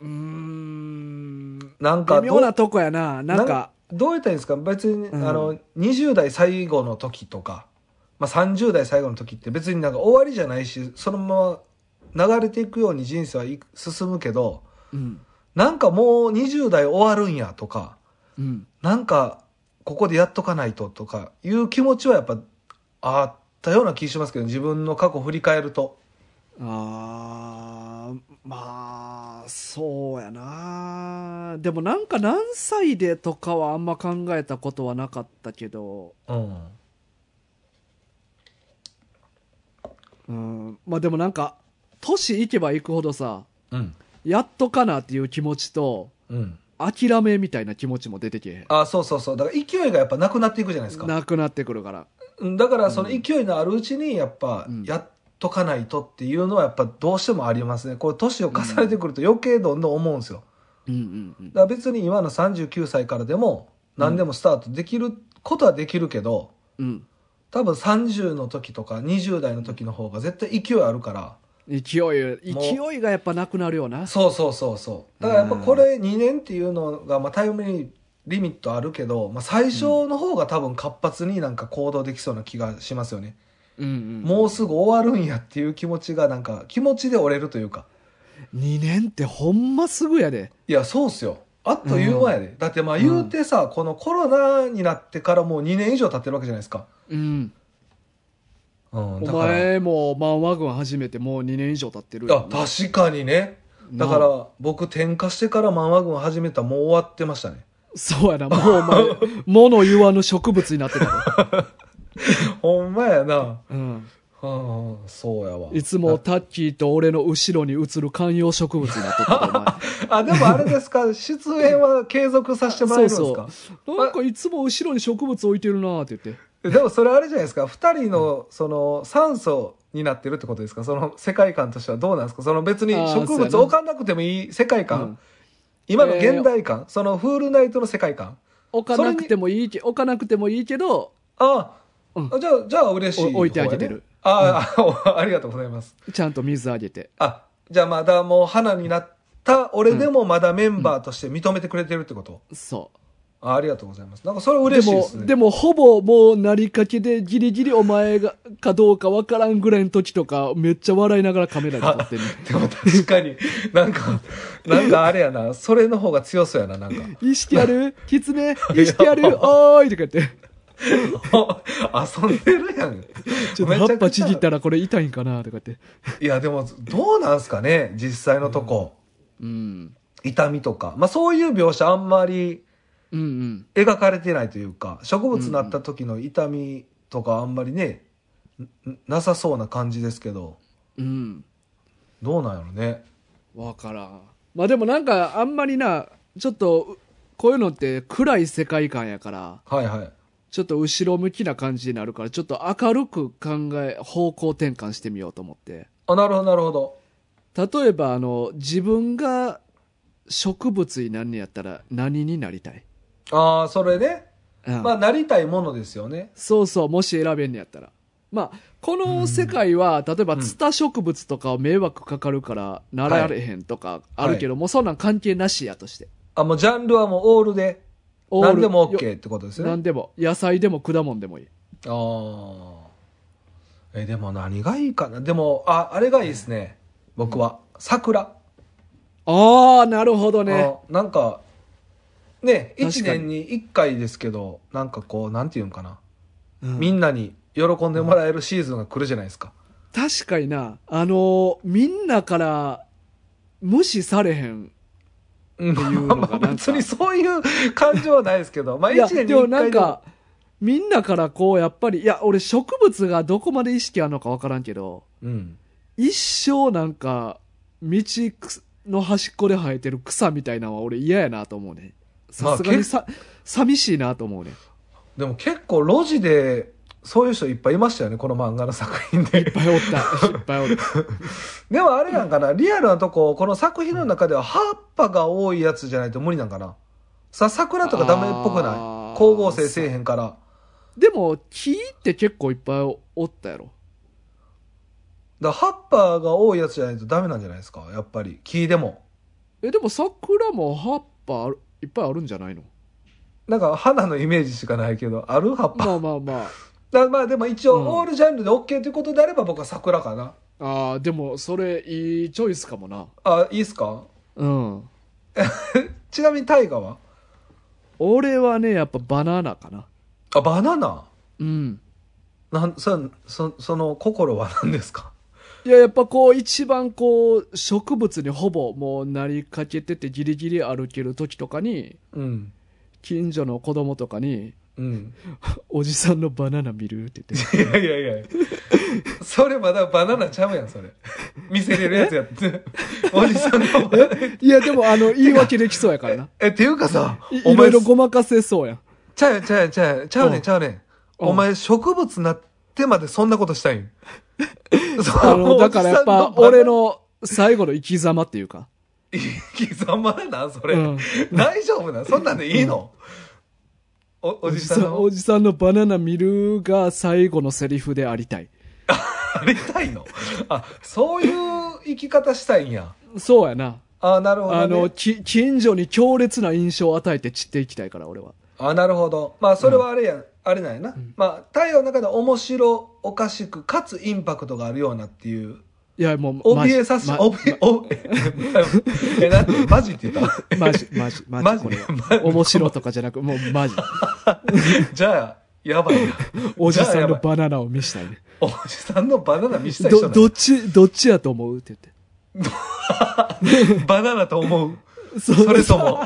Speaker 1: うーん。
Speaker 2: なんか
Speaker 1: 微
Speaker 2: どう
Speaker 1: 妙なとこやな。なんか、
Speaker 2: どうやったらいいんですか別に、
Speaker 1: うん
Speaker 2: あの20代最後の時とか、まあ、30代最後の時って別になんか終わりじゃないしそのまま流れていくように人生はい進むけど
Speaker 1: うん。
Speaker 2: なんかもう20代終わるんやとか
Speaker 1: うん。
Speaker 2: なんかここでやっとかないととかいう気持ちはやっぱあったような気しますけど自分の過去振り返ると
Speaker 1: あーまあ、そうやな。でもなんか何歳でとかはあんま考えたことはなかったけど、
Speaker 2: うん
Speaker 1: うん。まあでもなんか、年いけばいくほどさ、
Speaker 2: うん
Speaker 1: やっとかなっていう気持ちと、
Speaker 2: うん
Speaker 1: 諦めみたいな気持ちも出てけえへん
Speaker 2: あそうそうそうだから勢いがやっぱなくなっていくじゃないですか
Speaker 1: なくなってくるから
Speaker 2: うんだからその勢いのあるうちにやっぱ
Speaker 1: うん
Speaker 2: やっとかないとっていうのはやっぱどうしてもありますねこれ年を重ねてくると余計どんどん思うんですよ
Speaker 1: うんうんうん
Speaker 2: だから別に今の39歳からでも何でもスタートできることはできるけど
Speaker 1: うん
Speaker 2: 多分30の時とか20代の時の方が絶対勢いあるから
Speaker 1: 勢い勢いがやっぱなくなるよな
Speaker 2: そうそうそうそうだからやっぱこれ2年っていうのがまあタイムリミットあるけど、まあ、最初の方が多分活発になんか行動できそうな気がしますよね
Speaker 1: うんうん
Speaker 2: もうすぐ終わるんやっていう気持ちがなんか気持ちで折れるというか
Speaker 1: 2年ってほんますぐやで
Speaker 2: いやそうっすよあっという間やで、だってまあ言うてさ、このコロナになってからもう2年以上経ってるわけじゃないですか,、
Speaker 1: うん
Speaker 2: うん、
Speaker 1: お
Speaker 2: だから
Speaker 1: 前もマンワ軍始めてもう2年以上経ってる
Speaker 2: あ
Speaker 1: よな
Speaker 2: 確かにねだか
Speaker 1: なあ
Speaker 2: ら僕転化してから漫画軍始めたらもう終わってま したね
Speaker 1: そうやなもうお前物言わぬ植物にな ってたで
Speaker 2: ほんまやな
Speaker 1: うん
Speaker 2: うんうんそうやわ
Speaker 1: いつもタッキーと俺の後ろに映る観葉植物になってた でお前
Speaker 2: あでもあれです か出演は継続させてもらえるんですか
Speaker 1: なんかいつも後ろに植物置いてるなって言って
Speaker 2: でもそれあれじゃないですか2人のその酸素になってるってことですかその世界観としてはどうなんですかその別に
Speaker 1: あー
Speaker 2: 植
Speaker 1: そうや
Speaker 2: 物
Speaker 1: な
Speaker 2: 置かなくてもいい世界観、
Speaker 1: うん
Speaker 2: 今の現代感、そのフールナイトの世界観
Speaker 1: 置かなくてもいいけ置かなくてもいいけど
Speaker 2: ああ、
Speaker 1: う
Speaker 2: じゃあじゃあ嬉しい方やね、
Speaker 1: お置いてあげてる
Speaker 2: ああ、 あありがとうございます
Speaker 1: ちゃんと水あげて。
Speaker 2: あじゃあまだもう花になった俺でもまだメンバーとして認めてくれてるってこと、
Speaker 1: そ
Speaker 2: あありがとうございます。なんかそれ
Speaker 1: で
Speaker 2: 嬉しいで
Speaker 1: も
Speaker 2: す、ね。
Speaker 1: でも、ほぼもうなりかけでギリギリお前が、かどうかわからんぐらいの時とか、めっちゃ笑いながらカメラで撮ってる。
Speaker 2: でも確かに、なんか、なんかあれやな、それの方が強そうやな、なんか。
Speaker 1: 意識あるキツネ意識あるおーいとか言って。
Speaker 2: 遊んでるやん。
Speaker 1: ちょっと葉っぱちぎったらこれ痛いんかなとか言って。
Speaker 2: いや、でも、どうなんすかね、実際のとこ。
Speaker 1: うん。
Speaker 2: 痛みとか。まあそういう描写あんまり
Speaker 1: うんうん。
Speaker 2: 描かれてないというか、植物になった時の痛みとかあんまりね、んなさそうな感じですけど、
Speaker 1: うん。
Speaker 2: どうなんやろね。
Speaker 1: わからん。まあでもなんか、あんまりな、ちょっと、こういうのって暗い世界観やから、
Speaker 2: はいはい。
Speaker 1: ちょっと後ろ向きな感じになるから、ちょっと明るく考え、方向転換してみようと思って。
Speaker 2: あ、なるほど、なるほど。
Speaker 1: 例えば、あの、自分が植物になんねやったら何になりたい、
Speaker 2: ああ、それね。
Speaker 1: うん
Speaker 2: まあ、なりたいものですよね。
Speaker 1: そうそう、もし選べんねやったら。まあ、この世界は、例えば、
Speaker 2: うん
Speaker 1: ツタ植物とかは迷惑かかるから、なられへんとかあるけど、もうそんなん関係なしやとして。
Speaker 2: あ、もうジャンルはもうオールで、
Speaker 1: オー
Speaker 2: 何
Speaker 1: ル
Speaker 2: でも
Speaker 1: よ
Speaker 2: OK ってことですよ
Speaker 1: 何
Speaker 2: ね。
Speaker 1: でも。野菜でも果物でもいい。
Speaker 2: ああ。え、でも何がいいかな。でも、あ、あれがいいですね。僕は。桜。
Speaker 1: ああ、なるほどね。
Speaker 2: あなんか、
Speaker 1: 確
Speaker 2: ね、
Speaker 1: かに
Speaker 2: 1年に1回ですけど、なんかこう、なんていうんかな。
Speaker 1: うん
Speaker 2: みんなに喜んでもらえるシーズンが来るじゃないですか。
Speaker 1: 確かにな、あのーみんなから無視されへん。
Speaker 2: うん
Speaker 1: っていうのが
Speaker 2: まあ
Speaker 1: な
Speaker 2: まあ
Speaker 1: んか
Speaker 2: 別にそういう感情はないですけど、まあ
Speaker 1: い
Speaker 2: 1
Speaker 1: や、
Speaker 2: 年に
Speaker 1: でも
Speaker 2: 1
Speaker 1: な
Speaker 2: 回
Speaker 1: ん
Speaker 2: でも
Speaker 1: か、みんなからこう、やっぱり、いや、俺植物がどこまで意識あるのかわからんけど、
Speaker 2: うん。
Speaker 1: 一生なんか道くすの端っこで生えてる草みたいなのは俺嫌やなと思うねさすがにさ、寂しいなと思うね
Speaker 2: でも結構路地で、そういう人いっぱいいましたよね、この漫画の作品で。
Speaker 1: いっぱいおったいっぱいお る
Speaker 2: でもあれなんかな、リアルなとこ、この作品の中では葉っぱが多いやつじゃないと無理なんかな。さ、桜とかダメっぽく
Speaker 1: あ
Speaker 2: ない
Speaker 1: ー
Speaker 2: 光合成せえへんから。
Speaker 1: でも木って結構いっぱいおったやろ
Speaker 2: だから葉っぱが多いやつじゃないとダメなんじゃないですか、やっぱり。木でも。
Speaker 1: えでも桜も葉っぱあるいっぱいあるんじゃ ないの
Speaker 2: なんか花のイメージしかないけど、ある葉っぱ。
Speaker 1: まあまあまあ
Speaker 2: だまあでも一
Speaker 1: うん
Speaker 2: 応、オールジャンルで OK ということであれば僕は桜かな。
Speaker 1: あーでもそれいいチョイスかもな
Speaker 2: あ、いいっすか
Speaker 1: うん
Speaker 2: ちなみに大河は
Speaker 1: 俺はねやっぱバナナかな
Speaker 2: あ、バナナ
Speaker 1: うん
Speaker 2: なん、そ、そその心は何ですか
Speaker 1: いや、やっぱこう、一番こう、植物にほぼもうなりかけててギリギリ歩ける時とかに、
Speaker 2: うん。
Speaker 1: 近所の子供とかに、
Speaker 2: うん。
Speaker 1: おじさんのバナナ見るって言って。
Speaker 2: いやいやいやそれまだバナナちゃうやん、それ。見せれるやつ やって。おじさんのバナナ。
Speaker 1: いや、でもあの、言い訳できそうやからな。
Speaker 2: え、っていうかさ、
Speaker 1: い
Speaker 2: お
Speaker 1: いろ
Speaker 2: 前
Speaker 1: いろ、ごまかせそうやん。
Speaker 2: ちゃうやんちゃうやんちゃうやんちゃうね
Speaker 1: うん
Speaker 2: んちゃうねん。
Speaker 1: うん
Speaker 2: お前植物なってまでそんなことしたい ん。そう
Speaker 1: あの、だからやっぱ、俺。の最後の生き様っていうか。
Speaker 2: おじさんの生き様なん、それ。
Speaker 1: うん
Speaker 2: 大丈夫なんそんなんでいいの、お、おじさんの
Speaker 1: おじさんのバナナ見るが最後のセリフでありたい。
Speaker 2: ありたいのあ、そういう生き方したいんや。
Speaker 1: そうやな。
Speaker 2: あ、なるほど、ね。
Speaker 1: あの、き近所に強烈な印象を与えて散っていきたいから、俺は。
Speaker 2: あなるほどまあそれはあれや、あれなんやな、まあ太陽の中で面白おかしくかつインパクトがあるようなっていう
Speaker 1: いや、もう、
Speaker 2: 怯えさせ
Speaker 1: ま
Speaker 2: おびえおえなんてマジって 言った
Speaker 1: マジ、マジ、マジ、
Speaker 2: マジ
Speaker 1: これは
Speaker 2: マジ
Speaker 1: 面白とかじゃなく、もう マジ。
Speaker 2: じゃあやばいな
Speaker 1: おじさんの
Speaker 2: じゃあやば
Speaker 1: バ
Speaker 2: い
Speaker 1: ナナを見したいね。
Speaker 2: おじさんのバナナ見したい人
Speaker 1: ど、
Speaker 2: な
Speaker 1: どっち、どっちやと思うって
Speaker 2: のバナナと思
Speaker 1: 言
Speaker 2: う
Speaker 1: って。そ
Speaker 2: それとも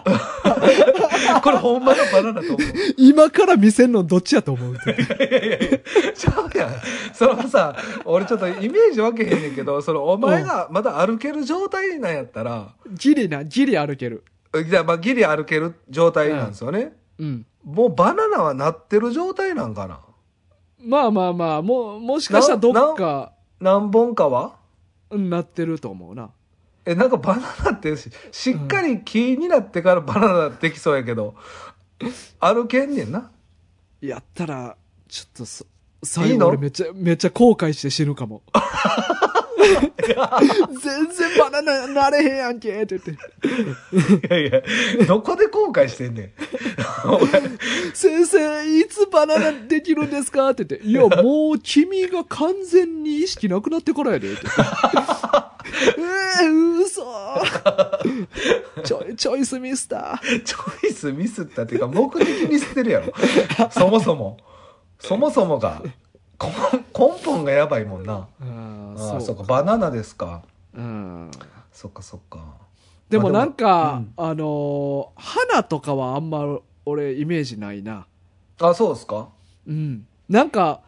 Speaker 2: これほんまのバナナと思う
Speaker 1: 今から見せんのどっちやと思うって言って。
Speaker 2: いやいやいやちゃうやんそのさ俺ちょっとイメージ分けへんねんけどそのお前がまだ歩ける状態なんやったら、
Speaker 1: ギリな、ギリ歩ける。
Speaker 2: じゃあ、まあ、ギリ歩ける状態なんですよね。
Speaker 1: うん。
Speaker 2: もうバナナはなってる状態なんかな。
Speaker 1: まあまあまあ、もう、もしかしたらどっか、
Speaker 2: 何本かは
Speaker 1: うんなってると思うな。
Speaker 2: え、なんかバナナってし、しっかり気になってからバナナできそうやけど、歩けんねんな。
Speaker 1: やったら、ちょっとそ、最
Speaker 2: いい
Speaker 1: 後
Speaker 2: の
Speaker 1: 俺 めっちゃ、めっちゃ後悔して死ぬかも。全然バナナなれへんやんけって言って。
Speaker 2: いやいや、どこで後悔してんねん。 お前
Speaker 1: 先生、いつバナナできるんですかって言って。いや、もう君が完全に意識なくなって からやで。ってえー、嘘ちょい、チョイスミスター。
Speaker 2: チョイスミスったっていうか、目的ミスってるやろ。そもそも。そもそもが。こん根本がやばいもんな。
Speaker 1: あ
Speaker 2: あ
Speaker 1: あ
Speaker 2: あ、そうか、バナナですか。
Speaker 1: うん。
Speaker 2: そっかそっか。
Speaker 1: でもなん
Speaker 2: まあ
Speaker 1: か
Speaker 2: でも、
Speaker 1: あのー花とかはあんま俺イメージないな。
Speaker 2: あ、そうですか
Speaker 1: うん。なんか、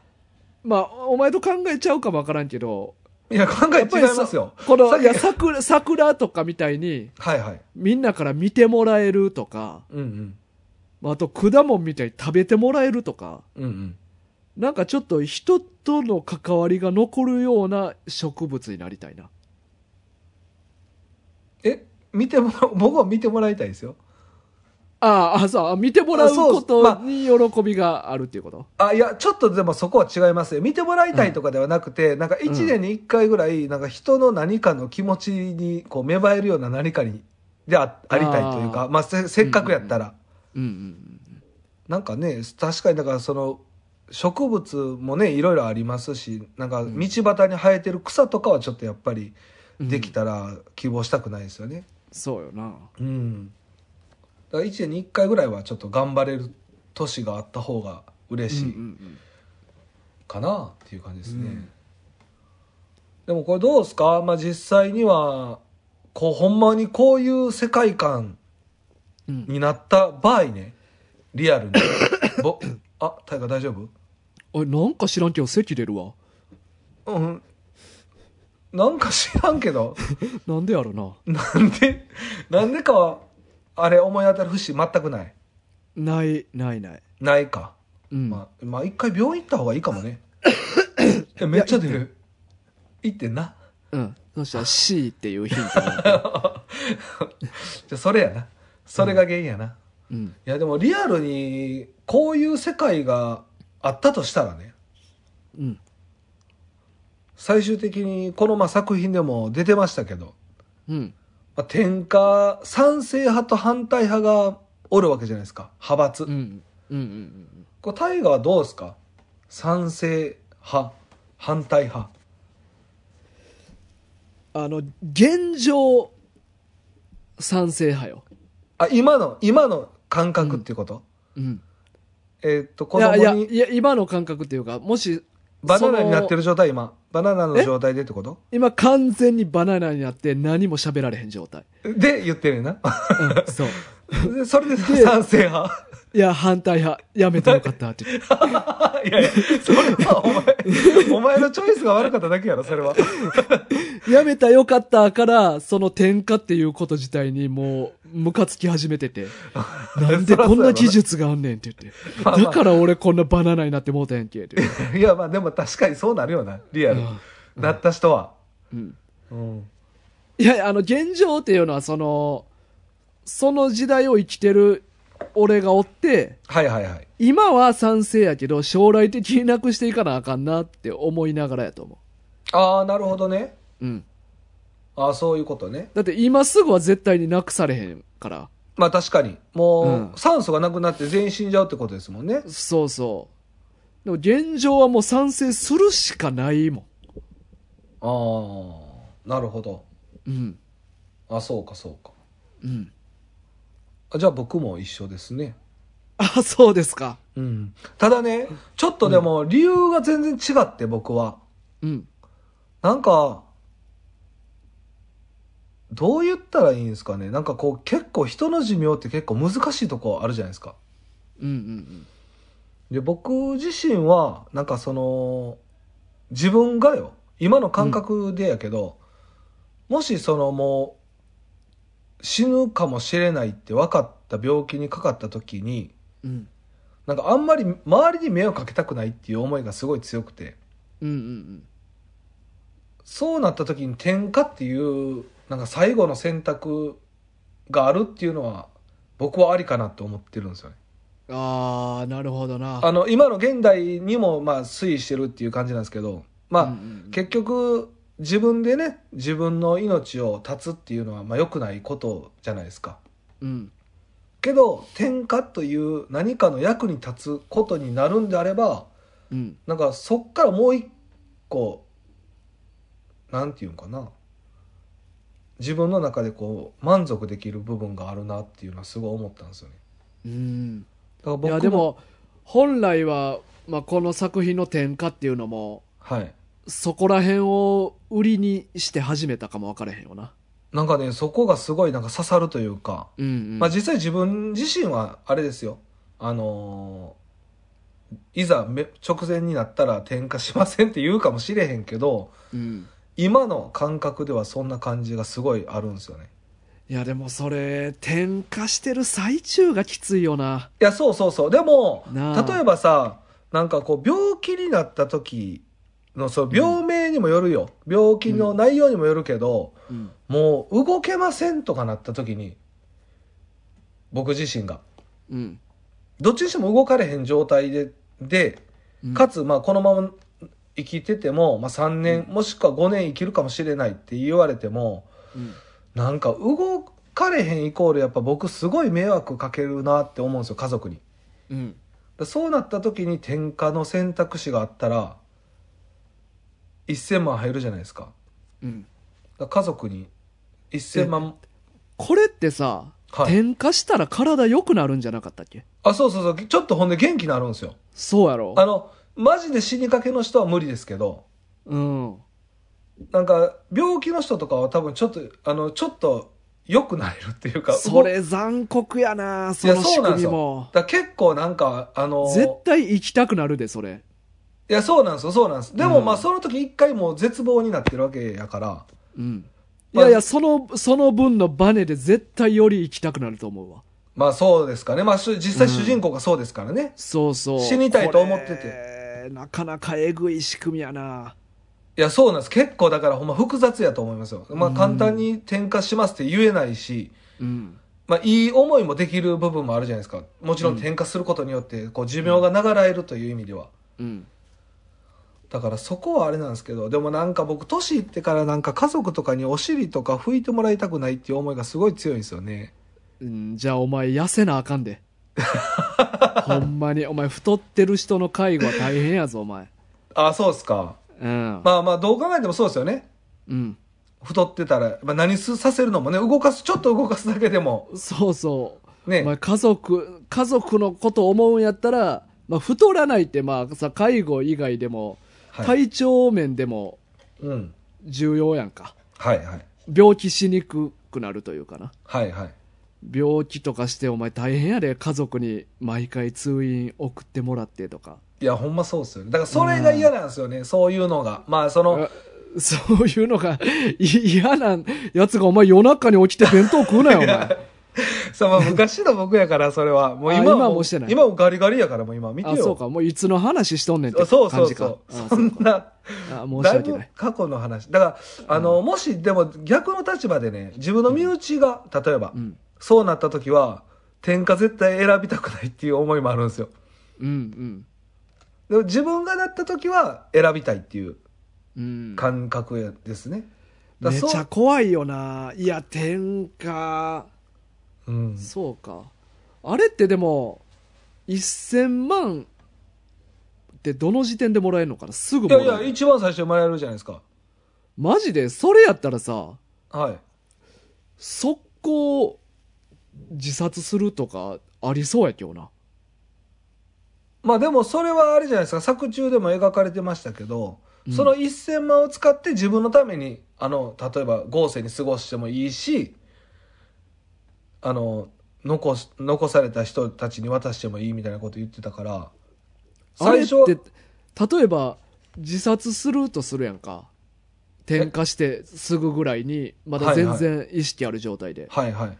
Speaker 1: まあ、お前と考えちゃうかもわからんけど、
Speaker 2: いや、考え違いますよ。
Speaker 1: こ
Speaker 2: さ
Speaker 1: の、
Speaker 2: っき
Speaker 1: いや、桜、桜とかみたいに、
Speaker 2: はいはい。
Speaker 1: みんなから見てもらえるとか、
Speaker 2: うん
Speaker 1: まああと果物みたいに食べてもらえるとか、
Speaker 2: うん。うんうん。
Speaker 1: なんかちょっと人との関わりが残るような植物になりたいな。
Speaker 2: え、見てもら、僕は見てもらいたいですよ。
Speaker 1: あああ、そう、あ見てもらうこ
Speaker 2: あ
Speaker 1: と
Speaker 2: そ
Speaker 1: に喜びがあるっていうこと。
Speaker 2: あ、いや、ちょっとでもそこは違いますよ。見てもらいたいとかではなくて、なんか一年に一回ぐらい、なんか人の何かの気持ちに、こう、芽生えるような何かに、であありたいというか、
Speaker 1: あ
Speaker 2: まあせ、せっかくやったら。
Speaker 1: うんうん
Speaker 2: なんかね、確かにだからその、植物もね、いろいろありますし、なんか道
Speaker 1: ん
Speaker 2: 端に生えてる草とかはちょっとやっぱり、
Speaker 1: うん。
Speaker 2: でき
Speaker 1: うん。
Speaker 2: たら希望したくないですよね。
Speaker 1: そうよな。
Speaker 2: うん。だから1年に1回ぐらいはちょっと頑張れる年があった方が嬉し
Speaker 1: うんう
Speaker 2: い
Speaker 1: ん
Speaker 2: かなっていう感じですね。
Speaker 1: うん
Speaker 2: でもこれどうですかまあ実際には、こうほんまにこういう世界観
Speaker 1: うんうん。
Speaker 2: になった場合ね、リアルに。ぼあ、大河大丈夫
Speaker 1: おい、なんか知らんけど席出るわ。
Speaker 2: うん。なんか知らんけど、
Speaker 1: なんでやろな。
Speaker 2: なんで、なんでかは、あれ思い当たる節全くない。
Speaker 1: ない、ないない。
Speaker 2: ないか。
Speaker 1: うん。
Speaker 2: まあ、まあ、一回病院行った方がいいかもね。 いやめっちゃ出る。行ってん な。
Speaker 1: うん。そしたら C っていうヒントが。
Speaker 2: じゃあそれやな。それが原因やな。い
Speaker 1: うん。
Speaker 2: や、でもリアルに、こういう世界があったとしたらね、
Speaker 1: うん。
Speaker 2: 最終的にこのまあ作品でも出てましたけど、
Speaker 1: うん。
Speaker 2: まあ、天下、賛成派と反対派がおるわけじゃないですか。派閥。
Speaker 1: うん。うん。うんうん。
Speaker 2: これ、大河はどうですか賛成派、反対派。
Speaker 1: あの、現状、賛成派よ。
Speaker 2: あ、今の、今の感覚っていうこと、
Speaker 1: うん。
Speaker 2: えーっと、子
Speaker 1: い
Speaker 2: 供
Speaker 1: や
Speaker 2: に。
Speaker 1: いや、いや、今の感覚っていうか、もし、
Speaker 2: バナナになって
Speaker 1: る。
Speaker 2: る状態今。バナナの状態でってこと
Speaker 1: 今完全にバナナになって何も喋られへん状態。
Speaker 2: で、言ってるよな。
Speaker 1: うん、そう。
Speaker 2: で それで賛成派。
Speaker 1: いや、反対派、やめてよかったって。い
Speaker 2: いやいや、それはお前、お前のチョイスが悪かっただけやろ、それは。
Speaker 1: やめたよかったから、その転化っていうこと自体にもう、ムカつき始めて て。なんでこんな技術があんねんって言って。
Speaker 2: まあま
Speaker 1: だ
Speaker 2: あ
Speaker 1: から俺こんなバナナになってもうたやんけ、って。
Speaker 2: いや、まあでも確かにそうなるよな、リアル。なった人は。
Speaker 1: うん。
Speaker 2: うん。
Speaker 1: いや、あの、現状っていうのは、その、その時代を生きてる俺がおって、
Speaker 2: はいはいはい。
Speaker 1: 今は賛成やけど、将来的になくしていかなあかんなって思いながらやと思
Speaker 2: ああ、なるほどね。
Speaker 1: う。うん。
Speaker 2: ああ、そういうことね。
Speaker 1: だって今すぐは絶対になくされへんから。
Speaker 2: まあ確かに。も
Speaker 1: うん
Speaker 2: う、酸素がなくなって全員死んじゃうってことですもんね。
Speaker 1: そうそう。でも現状はもう賛成するしかないも
Speaker 2: ああ、なるほど。
Speaker 1: ん。うん。
Speaker 2: あ、そうかそうか。
Speaker 1: うん。
Speaker 2: あじゃあ僕も一緒ですね。
Speaker 1: あ、そうですか。
Speaker 2: うん、ただね、ちょっとでも理由が全然違って、僕は。
Speaker 1: うん。
Speaker 2: なんか、どう言ったらいいんですかね。なんかこう結構人の寿命って結構難しいとこあるじゃないですか。
Speaker 1: うんうん
Speaker 2: で、僕自身は、なんかその、自分がよ、今の感覚でやけど、もしそのもう、死ぬかもしれないって分かった病気にかかった時に、
Speaker 1: うん。うん。
Speaker 2: なんかあんまり周りに迷惑かけたくないっていう思いがすごい強くて。
Speaker 1: うんうん
Speaker 2: そうなった時に転化っていう、なんか最後の選択があるっていうのは、僕はありかなと思ってるんですよね。
Speaker 1: うん。ああ、なるほどな。
Speaker 2: あの、今の現代にも、まあ、推移してるっていう感じなんですけど、まあ、
Speaker 1: うんうんうん
Speaker 2: 結局、自分でね自分の命を絶つっていうのはまあ良くないことじゃないですか
Speaker 1: うん
Speaker 2: けど天下という何かの役に立つことになるんであれば
Speaker 1: うん
Speaker 2: なんかそっからもう一個なんていうんかな自分の中でこう満足できる部分があるなっていうのはすごい思ったんですよね。
Speaker 1: うん
Speaker 2: だから
Speaker 1: い
Speaker 2: 僕
Speaker 1: やでも本来は、まあ、この作品の転化っていうのも
Speaker 2: はい、
Speaker 1: そこら辺を売りにして始めたかも分からへんよな
Speaker 2: なんかねそこがすごいなんか刺さるというか、
Speaker 1: うんうん、
Speaker 2: まあ、実際自分自身はあれですよあのーいざめ直前になったら転化しませんって言うかもしれへんけど
Speaker 1: うん、
Speaker 2: 今の感覚ではそんな感じがすごいあるんですよね。
Speaker 1: いやでもそれ転化してる最中がきついよない
Speaker 2: や、そうそうそう。でも、
Speaker 1: なあ
Speaker 2: 例えばさ、なんかこう、病気になった時の、その病名にもよるよ。病気の内容にもよるけど、
Speaker 1: うん
Speaker 2: もう動けませんとかなった時に、僕自身が。
Speaker 1: うん
Speaker 2: どっちにしても動かれへん状態で、で、
Speaker 1: うん
Speaker 2: かつ、まあ、このまま生きてても、まあ、3年、もしくは5年生きるかもしれないって言われても、
Speaker 1: うん
Speaker 2: なんか動かれへんイコール、やっぱ僕すごい迷惑かけるなって思うんですよ、家族に。
Speaker 1: うん
Speaker 2: だそうなった時に転嫁の選択肢があったら1000万入るじゃないですか
Speaker 1: うん
Speaker 2: だ家族に1000万
Speaker 1: これってさ、
Speaker 2: はい
Speaker 1: 転化したら体良くなるんじゃなかったっけ
Speaker 2: あそうそうそうちょっとほんで元気になるんですよ
Speaker 1: そうやろ
Speaker 2: あのマジで死にかけの人は無理ですけど
Speaker 1: うん
Speaker 2: なんか病気の人とかは多分ちょっとあのちょっと良くなれるっていうか
Speaker 1: そ
Speaker 2: い
Speaker 1: れ残酷やなそ
Speaker 2: や
Speaker 1: の仕
Speaker 2: そうなんで
Speaker 1: 組
Speaker 2: す
Speaker 1: み
Speaker 2: よ
Speaker 1: も
Speaker 2: だ結構なんかあの
Speaker 1: 絶対行きたくなるでそれ
Speaker 2: いやそうなんですよそうなんですでも、
Speaker 1: うん
Speaker 2: まあその時一回もう絶望になってるわけやから
Speaker 1: うんい
Speaker 2: まあ
Speaker 1: やいやそのその分のバネで絶対より行きたくなると思うわ
Speaker 2: まあそうですかねまあしゅ実際
Speaker 1: うん
Speaker 2: 主人公がそうですからね、
Speaker 1: そうそう
Speaker 2: 死にたいと思ってて
Speaker 1: これなかなかえぐい仕組みやない
Speaker 2: や、そうなんです。結構だからほんま複雑やと思いますよ。まあ
Speaker 1: うん
Speaker 2: 簡単に転化しますって言えないし、
Speaker 1: うん
Speaker 2: まあいい思いもできる部分もあるじゃないですか。もちろん転化することによって、こう寿命が長らえるという意味では。
Speaker 1: うん
Speaker 2: だからそこはあれなんですけど、でもなんか僕年いってからなんか家族とかにお尻とか拭いてもらいたくないっていう思いがすごい強いんですよね。
Speaker 1: うんじゃあお前痩せなあかんで ほんまにお前太ってる人の介護は大変やぞお前
Speaker 2: ああ、そうですか。
Speaker 1: うん、
Speaker 2: まあまあどう考えてもそうですよね。
Speaker 1: うん
Speaker 2: 太ってたら、まあ何すさせるのもね、動かす、ちょっと動かすだけでも、
Speaker 1: そうそう
Speaker 2: ね。
Speaker 1: まあ、家族家族のことを思うんやったら、まあ、太らないってまあさ介護以外でも
Speaker 2: はい。
Speaker 1: 体調面でも
Speaker 2: うん。
Speaker 1: 重要やんか、
Speaker 2: はいはい。
Speaker 1: 病気しにくくなるというかな
Speaker 2: はいはい。
Speaker 1: 病気とかしてお前大変やで家族に毎回通院送ってもらってとか
Speaker 2: いや、ほんまそうっすよね。だから、それが嫌なんですよね。そういうのが。まあ、その、
Speaker 1: あ そういうのがい嫌なやつがお前夜中に起きて弁当食うな よお前
Speaker 2: その昔の僕やから、それは。もう
Speaker 1: あ
Speaker 2: 今は
Speaker 1: 今はもうしてない
Speaker 2: 今もガリガリやから、もう今見てよ。
Speaker 1: あそうかもういつの話しとんねんって
Speaker 2: あそうそ
Speaker 1: 感
Speaker 2: う
Speaker 1: じか
Speaker 2: そう。
Speaker 1: あ
Speaker 2: そんな、
Speaker 1: あ申
Speaker 2: だ
Speaker 1: し
Speaker 2: い
Speaker 1: 訳
Speaker 2: ぶ
Speaker 1: ない
Speaker 2: 過去の話。だから、あの、もし、でも逆の立場でね、自分の身内が、例えば
Speaker 1: う、ん
Speaker 2: そうなった時は、天下絶対選びたくないっていう思いもあるんですよ。
Speaker 1: うん
Speaker 2: でも自分がなった時は、選びたいっていう
Speaker 1: うんうん
Speaker 2: 感覚やですね。だ
Speaker 1: め
Speaker 2: からそう
Speaker 1: ちゃ怖いよないや天下、
Speaker 2: うん。
Speaker 1: そうかあれってでも1000万ってどの時点でもらえるのかなすぐ
Speaker 2: い
Speaker 1: もら
Speaker 2: や
Speaker 1: え
Speaker 2: い
Speaker 1: る
Speaker 2: や、一番最初にもらえるじゃないですか。
Speaker 1: マジでそれやったらさ
Speaker 2: はい。
Speaker 1: 速攻自殺するとかありそうやけどな
Speaker 2: まあでもそれはあれじゃないですか作中でも描かれてましたけど、
Speaker 1: うん
Speaker 2: その1000万を使って自分のためにあの例えば豪勢に過ごしてもいいしあの残し残された人たちに渡してもいいみたいなこと言ってたから
Speaker 1: あれ
Speaker 2: 最
Speaker 1: っ
Speaker 2: 初は
Speaker 1: て例えば自殺するとするやんか転化してすぐぐらいにまだ全然意識ある状態で、
Speaker 2: はいはい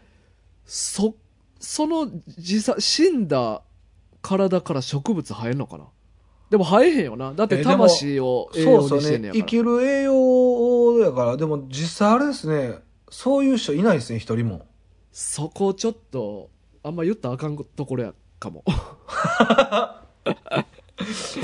Speaker 1: そその自殺死んだ体から植物生えんのかなでも生えへんよなだって
Speaker 2: えでも
Speaker 1: 魂を栄
Speaker 2: そう
Speaker 1: 養
Speaker 2: そ
Speaker 1: に
Speaker 2: う
Speaker 1: してん
Speaker 2: ね
Speaker 1: ねやか
Speaker 2: 生
Speaker 1: ら
Speaker 2: きる栄養やからでも実際あれですねそういう人いないですね一人も
Speaker 1: そこちょっとあんま言ったらあかんところやかも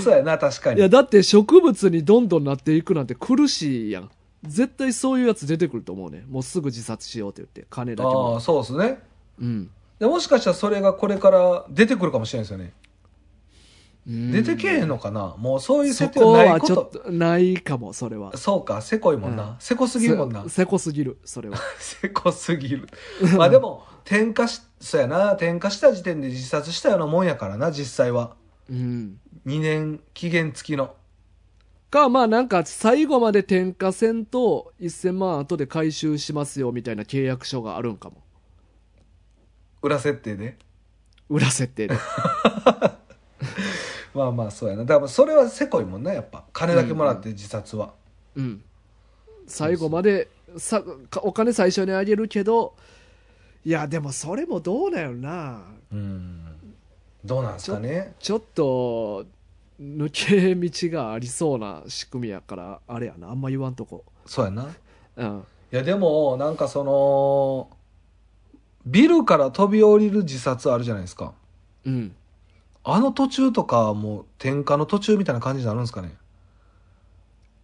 Speaker 2: そうやな確か
Speaker 1: い
Speaker 2: に
Speaker 1: やだって植物にどんどんなっていくなんて苦しいやん絶対そういうやつ出てくると思うね。もうすぐ自殺しようって言って、金だけ
Speaker 2: あ
Speaker 1: も。
Speaker 2: あ、そうですね。
Speaker 1: うん。
Speaker 2: でもしかしたらそれがこれから出てくるかもしれないですよね。
Speaker 1: うん
Speaker 2: 出てけえへんのかなもうそういう
Speaker 1: そ
Speaker 2: 設定は
Speaker 1: こ
Speaker 2: ない
Speaker 1: は
Speaker 2: こ
Speaker 1: ちょっ
Speaker 2: と。
Speaker 1: と、ないかも、それは。
Speaker 2: そうか、せこいもん
Speaker 1: うん
Speaker 2: な。せこすぎるもんな
Speaker 1: せ。せこすぎる、それは。
Speaker 2: せこすぎる。まあでも、転化し、そうやな、転化した時点で自殺したようなもんやからな、実際は。
Speaker 1: うん。
Speaker 2: 2年期限付きの。
Speaker 1: か、まあなんか、最後まで転嫁せんと、1000万後で回収しますよ、みたいな契約書があるんかも。
Speaker 2: 裏設定で。
Speaker 1: 裏設定で。
Speaker 2: まあまあ、そうやな。だからそれはせこいもんな、やっぱ。金だけもらって自殺は。
Speaker 1: うん。最後まで、さ、かお金最初にあげるけど、いや、でもそれもどうなんやろな。
Speaker 2: うん。どうなんすかね。
Speaker 1: ちょっと、抜け道がありそうな仕組みやから、あれやな、あんま言わんとこ。
Speaker 2: そうやな。
Speaker 1: うん。
Speaker 2: いやでもなんかそのビルから飛び降りる自殺あるじゃないですか
Speaker 1: うん。
Speaker 2: あの途中とかもう転下の途中みたいな感じになるんですかね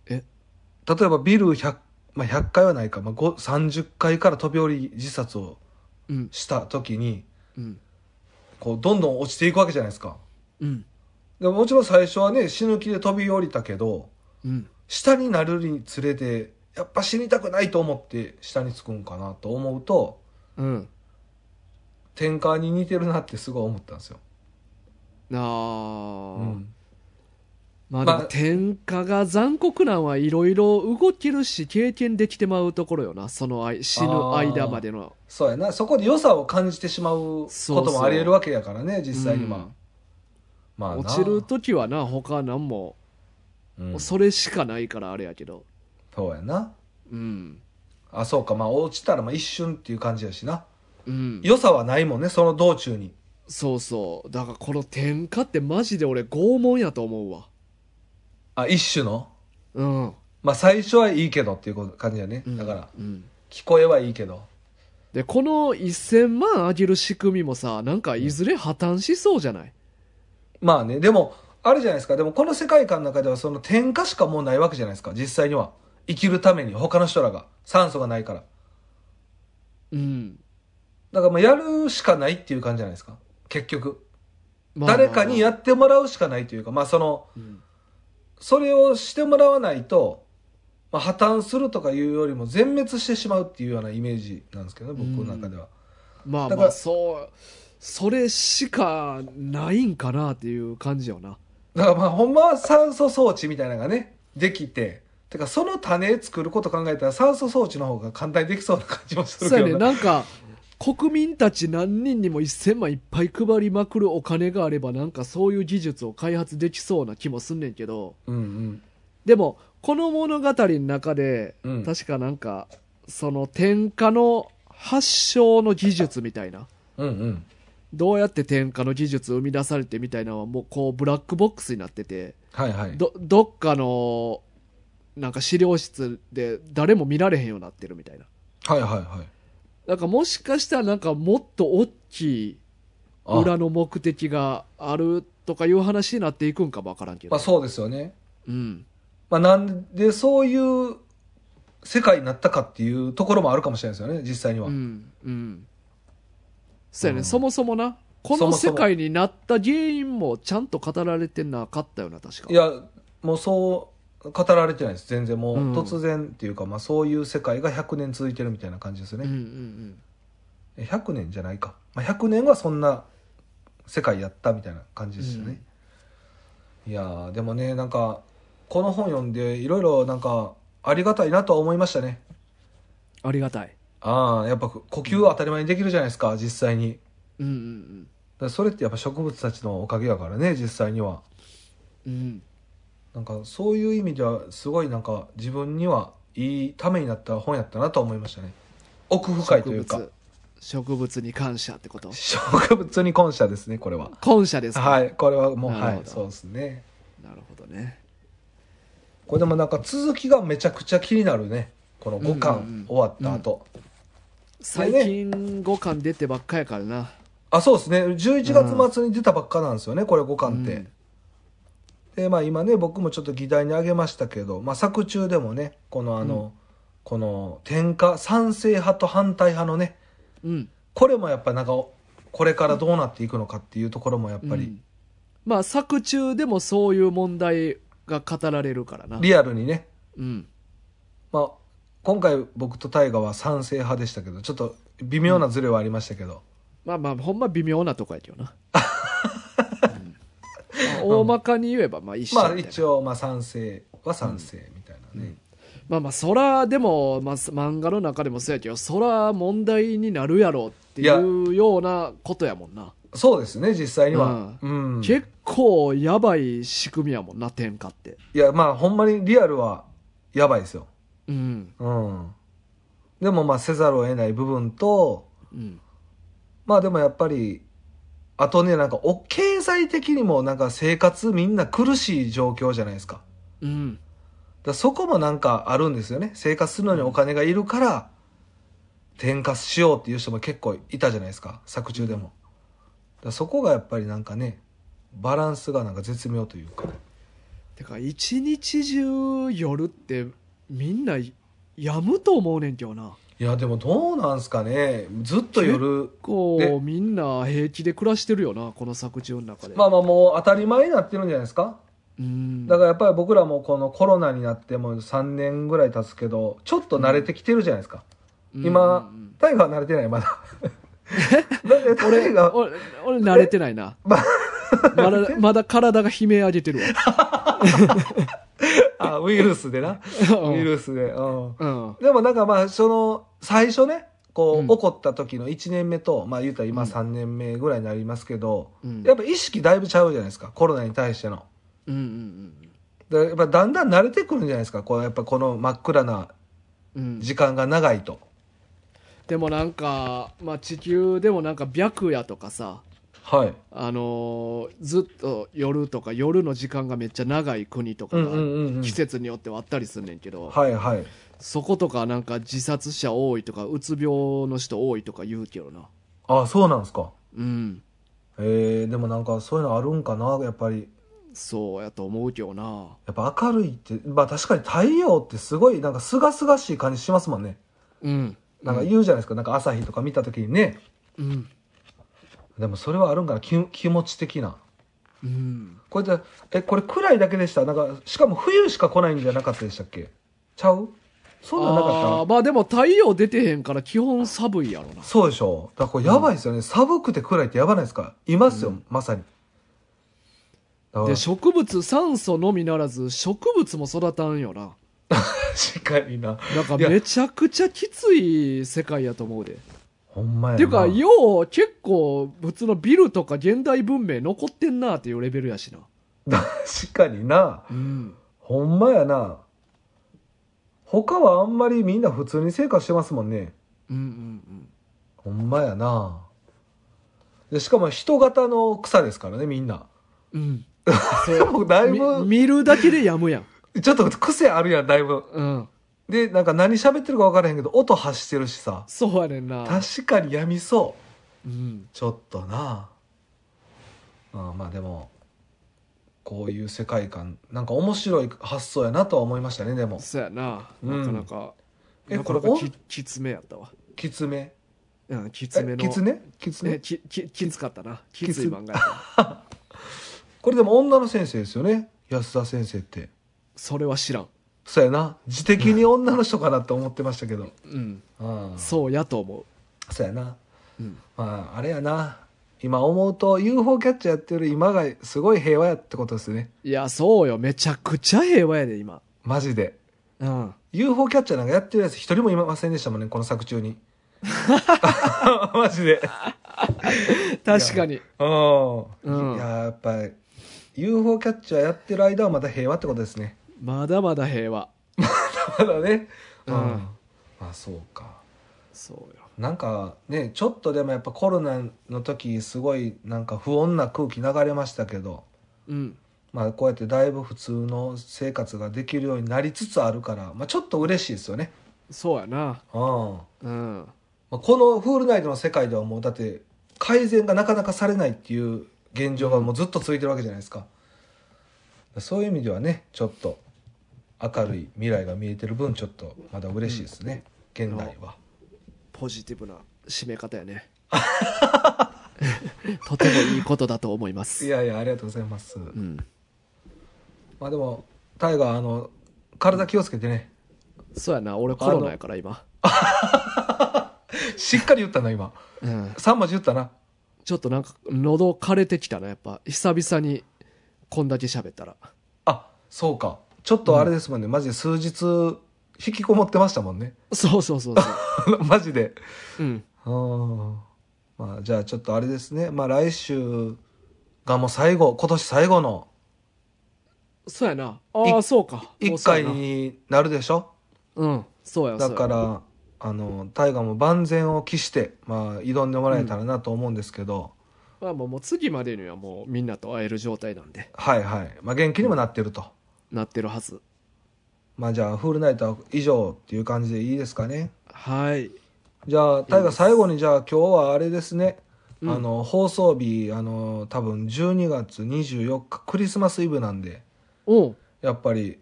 Speaker 1: え
Speaker 2: 例えばビル 100,、まあ、100階はないか、まあ、ご30階から飛び降り自殺を
Speaker 1: うん。
Speaker 2: した時に
Speaker 1: うん。
Speaker 2: こうどんどん落ちていくわけじゃないですか
Speaker 1: うん。
Speaker 2: でももちろん最初はね死ぬ気で飛び降りたけど
Speaker 1: うん。
Speaker 2: 下になるにつれてやっぱ死にたくないと思って下につくんかなと思うと
Speaker 1: うん。
Speaker 2: 転換に似てるなってすごい思ったんですよ、
Speaker 1: あ
Speaker 2: う
Speaker 1: あ、
Speaker 2: ん、
Speaker 1: まあで
Speaker 2: まあ
Speaker 1: も転嫁が残酷なんはいろいろ動けるし経験できてまうところよなその間死ぬ間までの
Speaker 2: そうやなそこで良さを感じてしまうこ
Speaker 1: そうそ
Speaker 2: と
Speaker 1: う
Speaker 2: もありえるわけやからね実際には、
Speaker 1: うん
Speaker 2: まあな
Speaker 1: 落ちる時はな他なんも、
Speaker 2: うんそ
Speaker 1: それしかないからあれやけど
Speaker 2: うやな
Speaker 1: うん
Speaker 2: あそうかまあ落ちたらまあ一瞬っていう感じやしな
Speaker 1: うん
Speaker 2: 良さはないもんねその道中に
Speaker 1: そうそうだからこの転嫁ってマジで俺拷問やと思うわ
Speaker 2: あ一種の
Speaker 1: うん
Speaker 2: まあ最初はいいけどっていうこと感じやね、だから
Speaker 1: うん
Speaker 2: 聞こえはいいけど
Speaker 1: でこの1000万あげる仕組みもさなんかいずれ破綻しそうじゃない、
Speaker 2: まあねでもあるじゃないですかでもこの世界観の中ではその転化しかもうないわけじゃないですか実際には生きるために他の人らが酸素がないから
Speaker 1: うん
Speaker 2: だからまあやるしかないっていう感じじゃないですか結局
Speaker 1: まあ
Speaker 2: 誰かにやってもらうしかないというかまあその
Speaker 1: うん
Speaker 2: それをしてもらわないと、まあ、破綻するとかいうよりも全滅してしまうっていうようなイメージなんですけどね僕の中では、
Speaker 1: まあ
Speaker 2: だか
Speaker 1: ま
Speaker 2: ら
Speaker 1: あそうそれしかないんかなっていう感じよな
Speaker 2: だからまあほんまは酸素装置みたいなのがねできててかその種作ること考えたら酸素装置の方が簡単にできそうな感じもする
Speaker 1: そう
Speaker 2: け
Speaker 1: や
Speaker 2: ど
Speaker 1: ね
Speaker 2: な
Speaker 1: なんか国民たち何人にも1000万いっぱい配りまくるお金があればなんかそういう技術を開発できそうな気もすんねんけど
Speaker 2: うん
Speaker 1: でもこの物語の中で、
Speaker 2: うん
Speaker 1: 確かなんかその転嫁の発祥の技術みたいな
Speaker 2: うんうんうん
Speaker 1: どうやって転嫁の技術生み出されてみたいなのはもうこうブラックボックスになってて
Speaker 2: はいはい
Speaker 1: どどっかのなんか資料室で誰も見られへんようになってるみたいな
Speaker 2: はいはいはい
Speaker 1: なんかもしかしたらなんかもっと大きい
Speaker 2: あ
Speaker 1: 裏の目的があるとかいう話になっていくんかもわからんけど、
Speaker 2: まあそうですよね
Speaker 1: うん、
Speaker 2: まあ、なんでそういう世界になったかっていうところもあるかもしれないですよね実際には、
Speaker 1: うんうんそうやね、
Speaker 2: うん
Speaker 1: そもそもなこ
Speaker 2: そ
Speaker 1: の
Speaker 2: もそ
Speaker 1: 世
Speaker 2: も
Speaker 1: 界になった原因もちゃんと語られてなかったよな確か
Speaker 2: いやもうそう語られてないです全然もう
Speaker 1: うん
Speaker 2: 突然っていうか、まあ、そういう世界が100年続いてるみたいな感じですよ
Speaker 1: うんう
Speaker 2: ね、
Speaker 1: ん
Speaker 2: え100年じゃないか、まあ、100年はそんな世界やったみたいな感じですよね、いやーでもねなんかこの本読んでいろいろなんかありがたいなとは思いましたね
Speaker 1: うんありがたい
Speaker 2: ああやっぱ呼吸は当たり前にできるじゃないですか実際に
Speaker 1: うんうん
Speaker 2: だからそれってやっぱ植物たちのおかげやからね実際には
Speaker 1: うんうん
Speaker 2: なんかそういう意味ではすごいなんか自分にはいいためになった本やったなと思いましたね奥深いというか
Speaker 1: 植物植物に感謝ってこと
Speaker 2: 植物に感謝ですねこれは
Speaker 1: 感謝ですか、
Speaker 2: はいこれはもう
Speaker 1: な
Speaker 2: は
Speaker 1: る
Speaker 2: い
Speaker 1: ほど
Speaker 2: そうですね
Speaker 1: なるほどね
Speaker 2: これでもなんか続きがめちゃくちゃ気になるねこの5
Speaker 1: うんうんう
Speaker 2: 巻
Speaker 1: ん
Speaker 2: 終わった後、
Speaker 1: 最近5巻出てばっかやからな
Speaker 2: あそうですね11月末に出たばっかなんですよねこれ5巻って、
Speaker 1: うん
Speaker 2: でまあ今ね僕もちょっと議題に挙げましたけど、まあ、作中でもねこのあの、この転化賛成派と反対派のね
Speaker 1: うん
Speaker 2: これもやっぱなんかこれからどうなっていくのかっていうところもやっぱ
Speaker 1: う
Speaker 2: り
Speaker 1: んまあ作中でもそういう問題が語られるからな
Speaker 2: リアルにね、
Speaker 1: うん
Speaker 2: まあ、今回僕と大我は賛成派でしたけどちょっと微妙なズレはありましたけど、
Speaker 1: まあまあほんま微妙なとこやけ どな、うんまあ大まかに言えばまあ一緒みた
Speaker 2: ま
Speaker 1: い
Speaker 2: あ
Speaker 1: な
Speaker 2: 一応まあ賛成は賛成みたいなね、
Speaker 1: まあまあそらでも、まあ、す漫画の中でもそうやけどそら問題になるやろっていうようなことやもんな、
Speaker 2: そうですね実際には、うん
Speaker 1: 結構やばい仕組みやもんな天下って
Speaker 2: いやまあほんまにリアルはやばいですよ、
Speaker 1: うん
Speaker 2: うん、でもまあせざるを得ない部分と
Speaker 1: うん
Speaker 2: まあでもやっぱりあとねなんかお経済的にもなんか生活みんな苦しい状況じゃないですか
Speaker 1: うん
Speaker 2: だからそこもなんかあるんですよね生活するのにお金がいるから転嫁しようっていう人も結構いたじゃないですか作中でもだからそこがやっぱりなんかねバランスがなんか絶妙というか
Speaker 1: てか一日中夜ってみんなやむと思うねんけどない
Speaker 2: やでもどうなんすかねずっと夜
Speaker 1: こ
Speaker 2: で
Speaker 1: うみんな平気で暮らしてるよなこの作中の中で、
Speaker 2: まあまあもう当たり前になってるんじゃないですか
Speaker 1: うん
Speaker 2: だからやっぱり僕らもこのコロナになってもう3年ぐらい経つけどちょっと慣れてきてるじゃないですか、今
Speaker 1: うん
Speaker 2: タイガーは慣れてないまだ なんでタイガー
Speaker 1: 俺俺慣れてないな
Speaker 2: ま
Speaker 1: まだまだ体が悲鳴上げてる
Speaker 2: あウイルスでな
Speaker 1: わ
Speaker 2: ウイルスで、うん、
Speaker 1: うん
Speaker 2: でもなんかまあその最初ねこう、
Speaker 1: うん
Speaker 2: 起こった時の1年目とまあ言うたら今3年目ぐらいになりますけど、
Speaker 1: うん
Speaker 2: やっぱ意識だいぶちゃうじゃないですかコロナに対しての
Speaker 1: うんうん
Speaker 2: だやっぱだんだん慣れてくるんじゃないですかこうやっぱこの真っ暗な
Speaker 1: うんうん
Speaker 2: 時間が長いと、
Speaker 1: でもなんか、まあ、地球でもなんか白夜とかさ
Speaker 2: はい
Speaker 1: あのーずっと夜とか夜の時間がめっちゃ長い国とか
Speaker 2: うんうんうんう
Speaker 1: が
Speaker 2: ん
Speaker 1: 季節によってはあったりすんねんけど、
Speaker 2: はいはい
Speaker 1: そことかなんか自殺者多いとかうつ病の人多いとか言うけどな
Speaker 2: ああそうなんですか
Speaker 1: うん
Speaker 2: えー、でもなんかそういうのあるんかなやっぱり
Speaker 1: そうやと思うけどな
Speaker 2: やっぱ明るいってまあ確かに太陽ってすごいなんか清々しい感じしますもんね
Speaker 1: うん
Speaker 2: なんか言うじゃないですか、なんか朝日とか見た時にね
Speaker 1: うん
Speaker 2: でもそれはあるんかな気気持ち的な
Speaker 1: うん
Speaker 2: これじゃえこれ暗いだけでしたなんかしかも冬しか来ないんじゃなかったでしたっけちゃうそんなんなか
Speaker 1: あー
Speaker 2: っ
Speaker 1: まあでも太陽出てへんから基本寒いやろな
Speaker 2: たそうでしょだからこれやばいですよね、寒くて暗いってやばないですかいますよ、
Speaker 1: うん
Speaker 2: まさにだから
Speaker 1: で植物酸素のみならず植物も育たんよな
Speaker 2: 確かにな
Speaker 1: なんか
Speaker 2: いや
Speaker 1: めちゃくちゃきつい世界やと思うでっ
Speaker 2: ほんまやな
Speaker 1: ていうかよう結構普通のビルとか現代文明残ってんなっていうレベルやしな
Speaker 2: 確かにな
Speaker 1: うん
Speaker 2: ほんまやな他はあんまりみんな普通に生活してますもんね
Speaker 1: うんうん
Speaker 2: ほんまやなでしかも人型の草ですからねみんな
Speaker 1: うんうん
Speaker 2: でもだい
Speaker 1: み
Speaker 2: ぶ
Speaker 1: 見るだけでやむやん
Speaker 2: ちょっと癖あるやんだいぶ
Speaker 1: うん
Speaker 2: でなんか何喋ってるか分からへんけど音発してるしさ
Speaker 1: そうやねんな
Speaker 2: 確かにやみそう
Speaker 1: うん
Speaker 2: ちょっとなあまあでもこういう世界観なんか面白い発想やなとは思いましたねでも
Speaker 1: そうやな
Speaker 2: うん
Speaker 1: なかなか、
Speaker 2: え
Speaker 1: なかな
Speaker 2: これ
Speaker 1: か
Speaker 2: お
Speaker 1: ききつめやったわ
Speaker 2: きつめ
Speaker 1: うんきつめ
Speaker 2: え
Speaker 1: の
Speaker 2: きつねきつ
Speaker 1: え
Speaker 2: ね
Speaker 1: きききつかったなき
Speaker 2: き
Speaker 1: つ
Speaker 2: つ
Speaker 1: い漫画やった
Speaker 2: これでも女の先生ですよね安田先生って
Speaker 1: それは知らん
Speaker 2: そうやな自的に女の人かなって思ってましたけど
Speaker 1: うん
Speaker 2: うん
Speaker 1: そうやと思
Speaker 2: そうやな
Speaker 1: ううん
Speaker 2: まああれやな今思うと UFO キャッチャーやってる今がすごい平和やってことですね
Speaker 1: いや、そうよ。めちゃくちゃ平和やで、今。
Speaker 2: マジで
Speaker 1: うん。
Speaker 2: UFO キャッチャーなんかやってるやつ一人もいませんでしたもんねこの 作中にマジで
Speaker 1: 確かに。
Speaker 2: うん
Speaker 1: うん
Speaker 2: いややっぱり UFO キャッチャーやってる間はまた平和ってことですね
Speaker 1: まだまだ平和。
Speaker 2: まだねうん、
Speaker 1: うん
Speaker 2: まあそうか
Speaker 1: そうよ。
Speaker 2: なんかねちょっとでもやっぱコロナの時すごいなんか不穏な空気流れましたけど
Speaker 1: うん。
Speaker 2: まあこうやってだいぶ普通の生活ができるようになりつつあるから、まあ、ちょっと嬉しいですよね
Speaker 1: そうやな。
Speaker 2: うん、ま
Speaker 1: うん。
Speaker 2: あ、このフールナイトの世界ではもうだって改善がなかなかされないっていう現状がもうずっと続いてるわけじゃないですかそういう意味ではねちょっと明るい未来が見えてる分ちょっとまだ嬉しいですね、現代は
Speaker 1: ポジティブな締め方や ねとてもいいことだと思いま
Speaker 2: い
Speaker 1: す
Speaker 2: やいやありがとうございます、
Speaker 1: うん
Speaker 2: まあでもタイガーあの体気をつけてね
Speaker 1: そうやな俺コロナやから今、
Speaker 2: しっかり言ったな今
Speaker 1: うん、
Speaker 2: 3文字言ったな
Speaker 1: ちょっとなんか喉枯れてきたなやっぱ久々にこんだけ喋ったら
Speaker 2: あそうかちょっとあれですもんね、マジで数日引きこもってましたもんね
Speaker 1: そうそうそうそ
Speaker 2: マジで
Speaker 1: ううん
Speaker 2: うんまあじゃあちょっとあれですねまあ来週がもう最後今年最後の
Speaker 1: そうやなああ
Speaker 2: い
Speaker 1: そうか
Speaker 2: 1
Speaker 1: そう
Speaker 2: 回
Speaker 1: やな
Speaker 2: になるでしょ
Speaker 1: うんそうや
Speaker 2: だか
Speaker 1: そうや
Speaker 2: らあの大河も万全を期して、まあ、挑んでもらえたらなと思うんですけど、
Speaker 1: まあもうもう次までにはもうみんなと会える状態なんで
Speaker 2: はいはい、まあ、元気にもなってると、
Speaker 1: なってるはず
Speaker 2: まあじゃあフールナイトは以上っていう感じでいいですかね
Speaker 1: はい
Speaker 2: じゃあ大河最後にじゃあ今日はあれですね、
Speaker 1: うん
Speaker 2: あの放送日あの多分12月24日クリスマスイブなんで
Speaker 1: おう
Speaker 2: やっぱり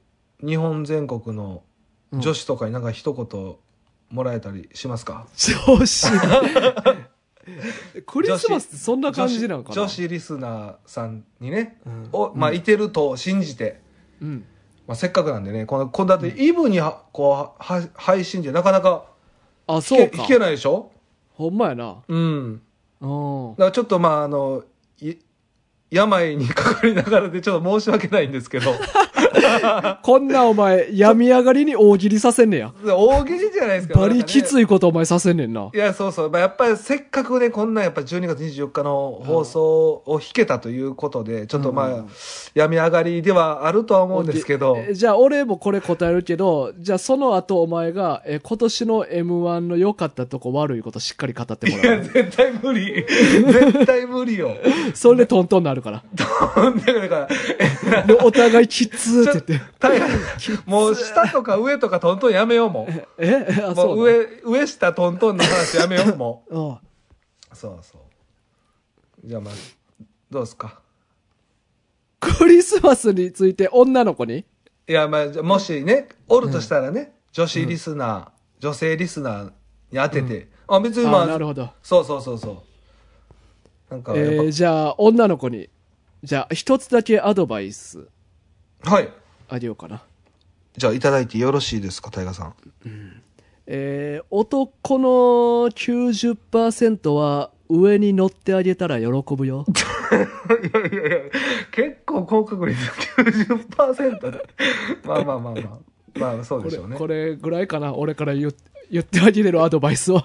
Speaker 2: 日本全国の
Speaker 1: うん
Speaker 2: 女子とかになんか一言もらえたりしますか、
Speaker 1: 女子クリスマスってそんな感じなんかな
Speaker 2: 女子女子リスナーさんにね、
Speaker 1: うん
Speaker 2: をまあ、いてると信じて、
Speaker 1: うん
Speaker 2: まあ、せっかくなんでねこのこのだってイブにはこうは配信ってなかなか
Speaker 1: あ
Speaker 2: 聞
Speaker 1: そう
Speaker 2: け
Speaker 1: か
Speaker 2: 聞けないでしょ
Speaker 1: ほんまやな
Speaker 2: うん
Speaker 1: うん
Speaker 2: だからちょっとまああのい病にかかりながらでちょっと申し訳ないんですけど
Speaker 1: こんなお前病み上がりに大喜利させんねや
Speaker 2: 大喜利じゃないですか
Speaker 1: バリき
Speaker 2: い
Speaker 1: ついことお前させんねんない
Speaker 2: やそうそう、まあ、やっぱりせっかくねこんなやっぱ12月24日の放送を引けたということでちょっとまあ、
Speaker 1: うん
Speaker 2: 病み上がりではあるとは思うんですけど
Speaker 1: えじゃあ俺もこれ答えるけど、じゃあその後お前が、え今年の M1 の良かったとこ悪いことしっかり語っても
Speaker 2: い
Speaker 1: ら
Speaker 2: や
Speaker 1: う。
Speaker 2: 絶対無理絶対無理よ
Speaker 1: それでトントンなるから。
Speaker 2: だから
Speaker 1: でお互いきつーって言って。
Speaker 2: 大河もう下とか上とかトントンやめようもん
Speaker 1: ええあ、
Speaker 2: も
Speaker 1: そううな
Speaker 2: 上上下トントンの話やめようも
Speaker 1: の。うん
Speaker 2: ん そうそうじゃあまあどうですか
Speaker 1: クリスマスについて女の子に
Speaker 2: いやまあじゃあもしねおるとしたらね、女子リスナー、女性リスナーに当てて、あ別にま
Speaker 1: あ
Speaker 2: あ
Speaker 1: なるほど。
Speaker 2: そうそうそうそうなん
Speaker 1: え
Speaker 2: かやっぱ、
Speaker 1: ーじゃあ女の子に、じゃあ一つだけアドバイス
Speaker 2: はい
Speaker 1: あげようかな。
Speaker 2: じゃあいただいてよろしいですか大河 さん
Speaker 1: えー男の90%は上に乗ってあげたら喜ぶ よ。
Speaker 2: 結構高確率90%だ まあまあまあまあまあそう
Speaker 1: こ
Speaker 2: でし
Speaker 1: れ
Speaker 2: ょうね
Speaker 1: これぐらいかな俺から言う言ってあげれるアドバイスは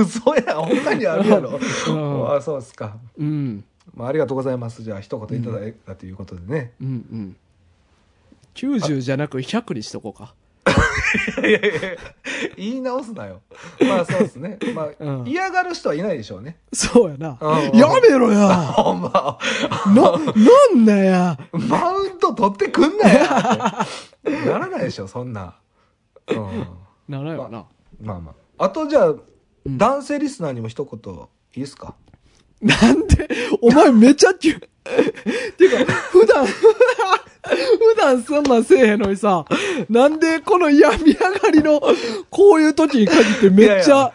Speaker 2: 嘘やん他にあるやろ、
Speaker 1: うん
Speaker 2: あそうですか、
Speaker 1: うん
Speaker 2: まあ、ありがとうございますじゃあ一言いただいたということでね、
Speaker 1: うんうん90じゃなく100にしとこうか
Speaker 2: いやいやいや言い直すなよまあそうですね、まあ
Speaker 1: うん
Speaker 2: 嫌がる人はいないでしょうね
Speaker 1: そうやな
Speaker 2: うん
Speaker 1: やめろ や
Speaker 2: ほんま
Speaker 1: ななんだや
Speaker 2: マウント取ってくんなよってならないでしょそんな、うん、
Speaker 1: ならよな
Speaker 2: まあまああとじゃあ、男性リスナーにも一言いいですか
Speaker 1: なんでお前めちゃきゅていうか普段普段そんなんせえへんのにさなんでこの病み上がりのこういう時に限ってめっちゃ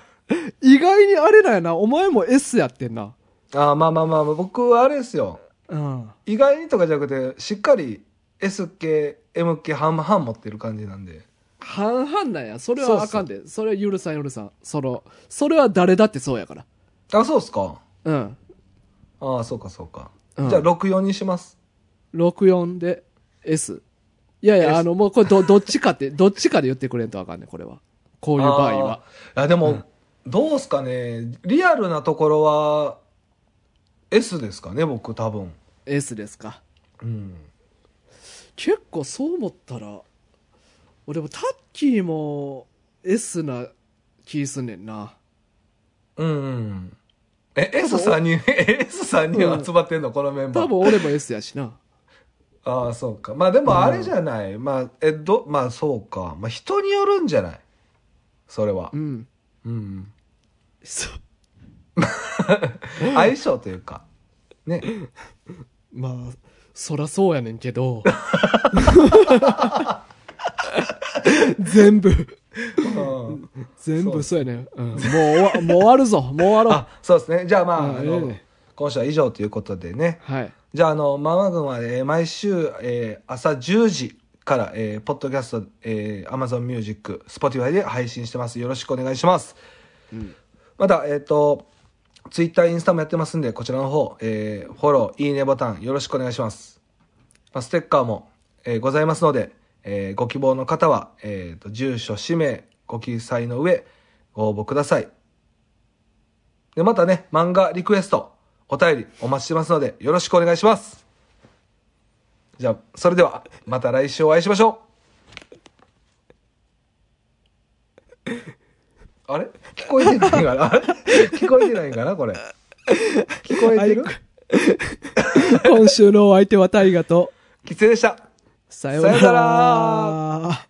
Speaker 1: 意外にあれだよなお前も S やってんな
Speaker 2: あーまあまあまあ僕はあれですよ
Speaker 1: うん
Speaker 2: 意外にとかじゃなくてしっかり S 系 M 系半々持ってる感じなんで
Speaker 1: 半々なんや。それはあかんで。それは許さん許さん。その、それは誰だってそうやから。
Speaker 2: あそうっすか
Speaker 1: うん。
Speaker 2: ああそうかそうか、
Speaker 1: うん
Speaker 2: じゃあ64にします
Speaker 1: 64で S。いやいや、
Speaker 2: S
Speaker 1: あの、もうこれど、どっちかって、どっちかで言ってくれんとあかんねんこれは。こういう場合は。
Speaker 2: あーいやでも、どうっすかねリアルなところは S ですかね僕多分
Speaker 1: S ですか。
Speaker 2: うん
Speaker 1: 結構そう思ったら、俺もタッキーも S な気すんねんな。
Speaker 2: うんうんえ S3 人 S3 人集まってんの、このメンバー
Speaker 1: 多分俺も S やしな。
Speaker 2: ああそうかまあでもあれじゃない、まあえどまあそうかまあ人によるんじゃないそれ は
Speaker 1: うん。
Speaker 2: うん
Speaker 1: そう。
Speaker 2: 相性というかね
Speaker 1: まあ、そらそうやねんけど。全部、
Speaker 2: うん
Speaker 1: 全部そうやね。うん、もう終わ、もう終わるぞ。もう終わろ
Speaker 2: あそうですねじゃあまあ
Speaker 1: うん
Speaker 2: あ
Speaker 1: ええ
Speaker 2: の
Speaker 1: ね
Speaker 2: 今週は以上ということでね
Speaker 1: う。はい。
Speaker 2: じゃああのママ軍は、えー毎週、えー朝10時から、えーポッドキャスト、えー、Amazon Music、Spotify で配信してますよろしくお願いします、またえっ、とツイッター、インスタもやってますんで、こちらの方、えーフォロー、いいねボタン、よろしくお願いします。まあ、ステッカーも、えーございますので、えーご希望の方は、えーと、住所、氏名、ご記載の上、ご応募ください。で、またね、漫画リクエスト、お便りお待ちしてますので、よろしくお願いします。じゃあ、それでは、また来週お会いしましょう。あれ聞こえてないかな聞こえてないかなこれ。聞こえてる
Speaker 1: 今週のお相手は大河と、
Speaker 2: きついでした。
Speaker 1: さような
Speaker 2: さような
Speaker 1: ら。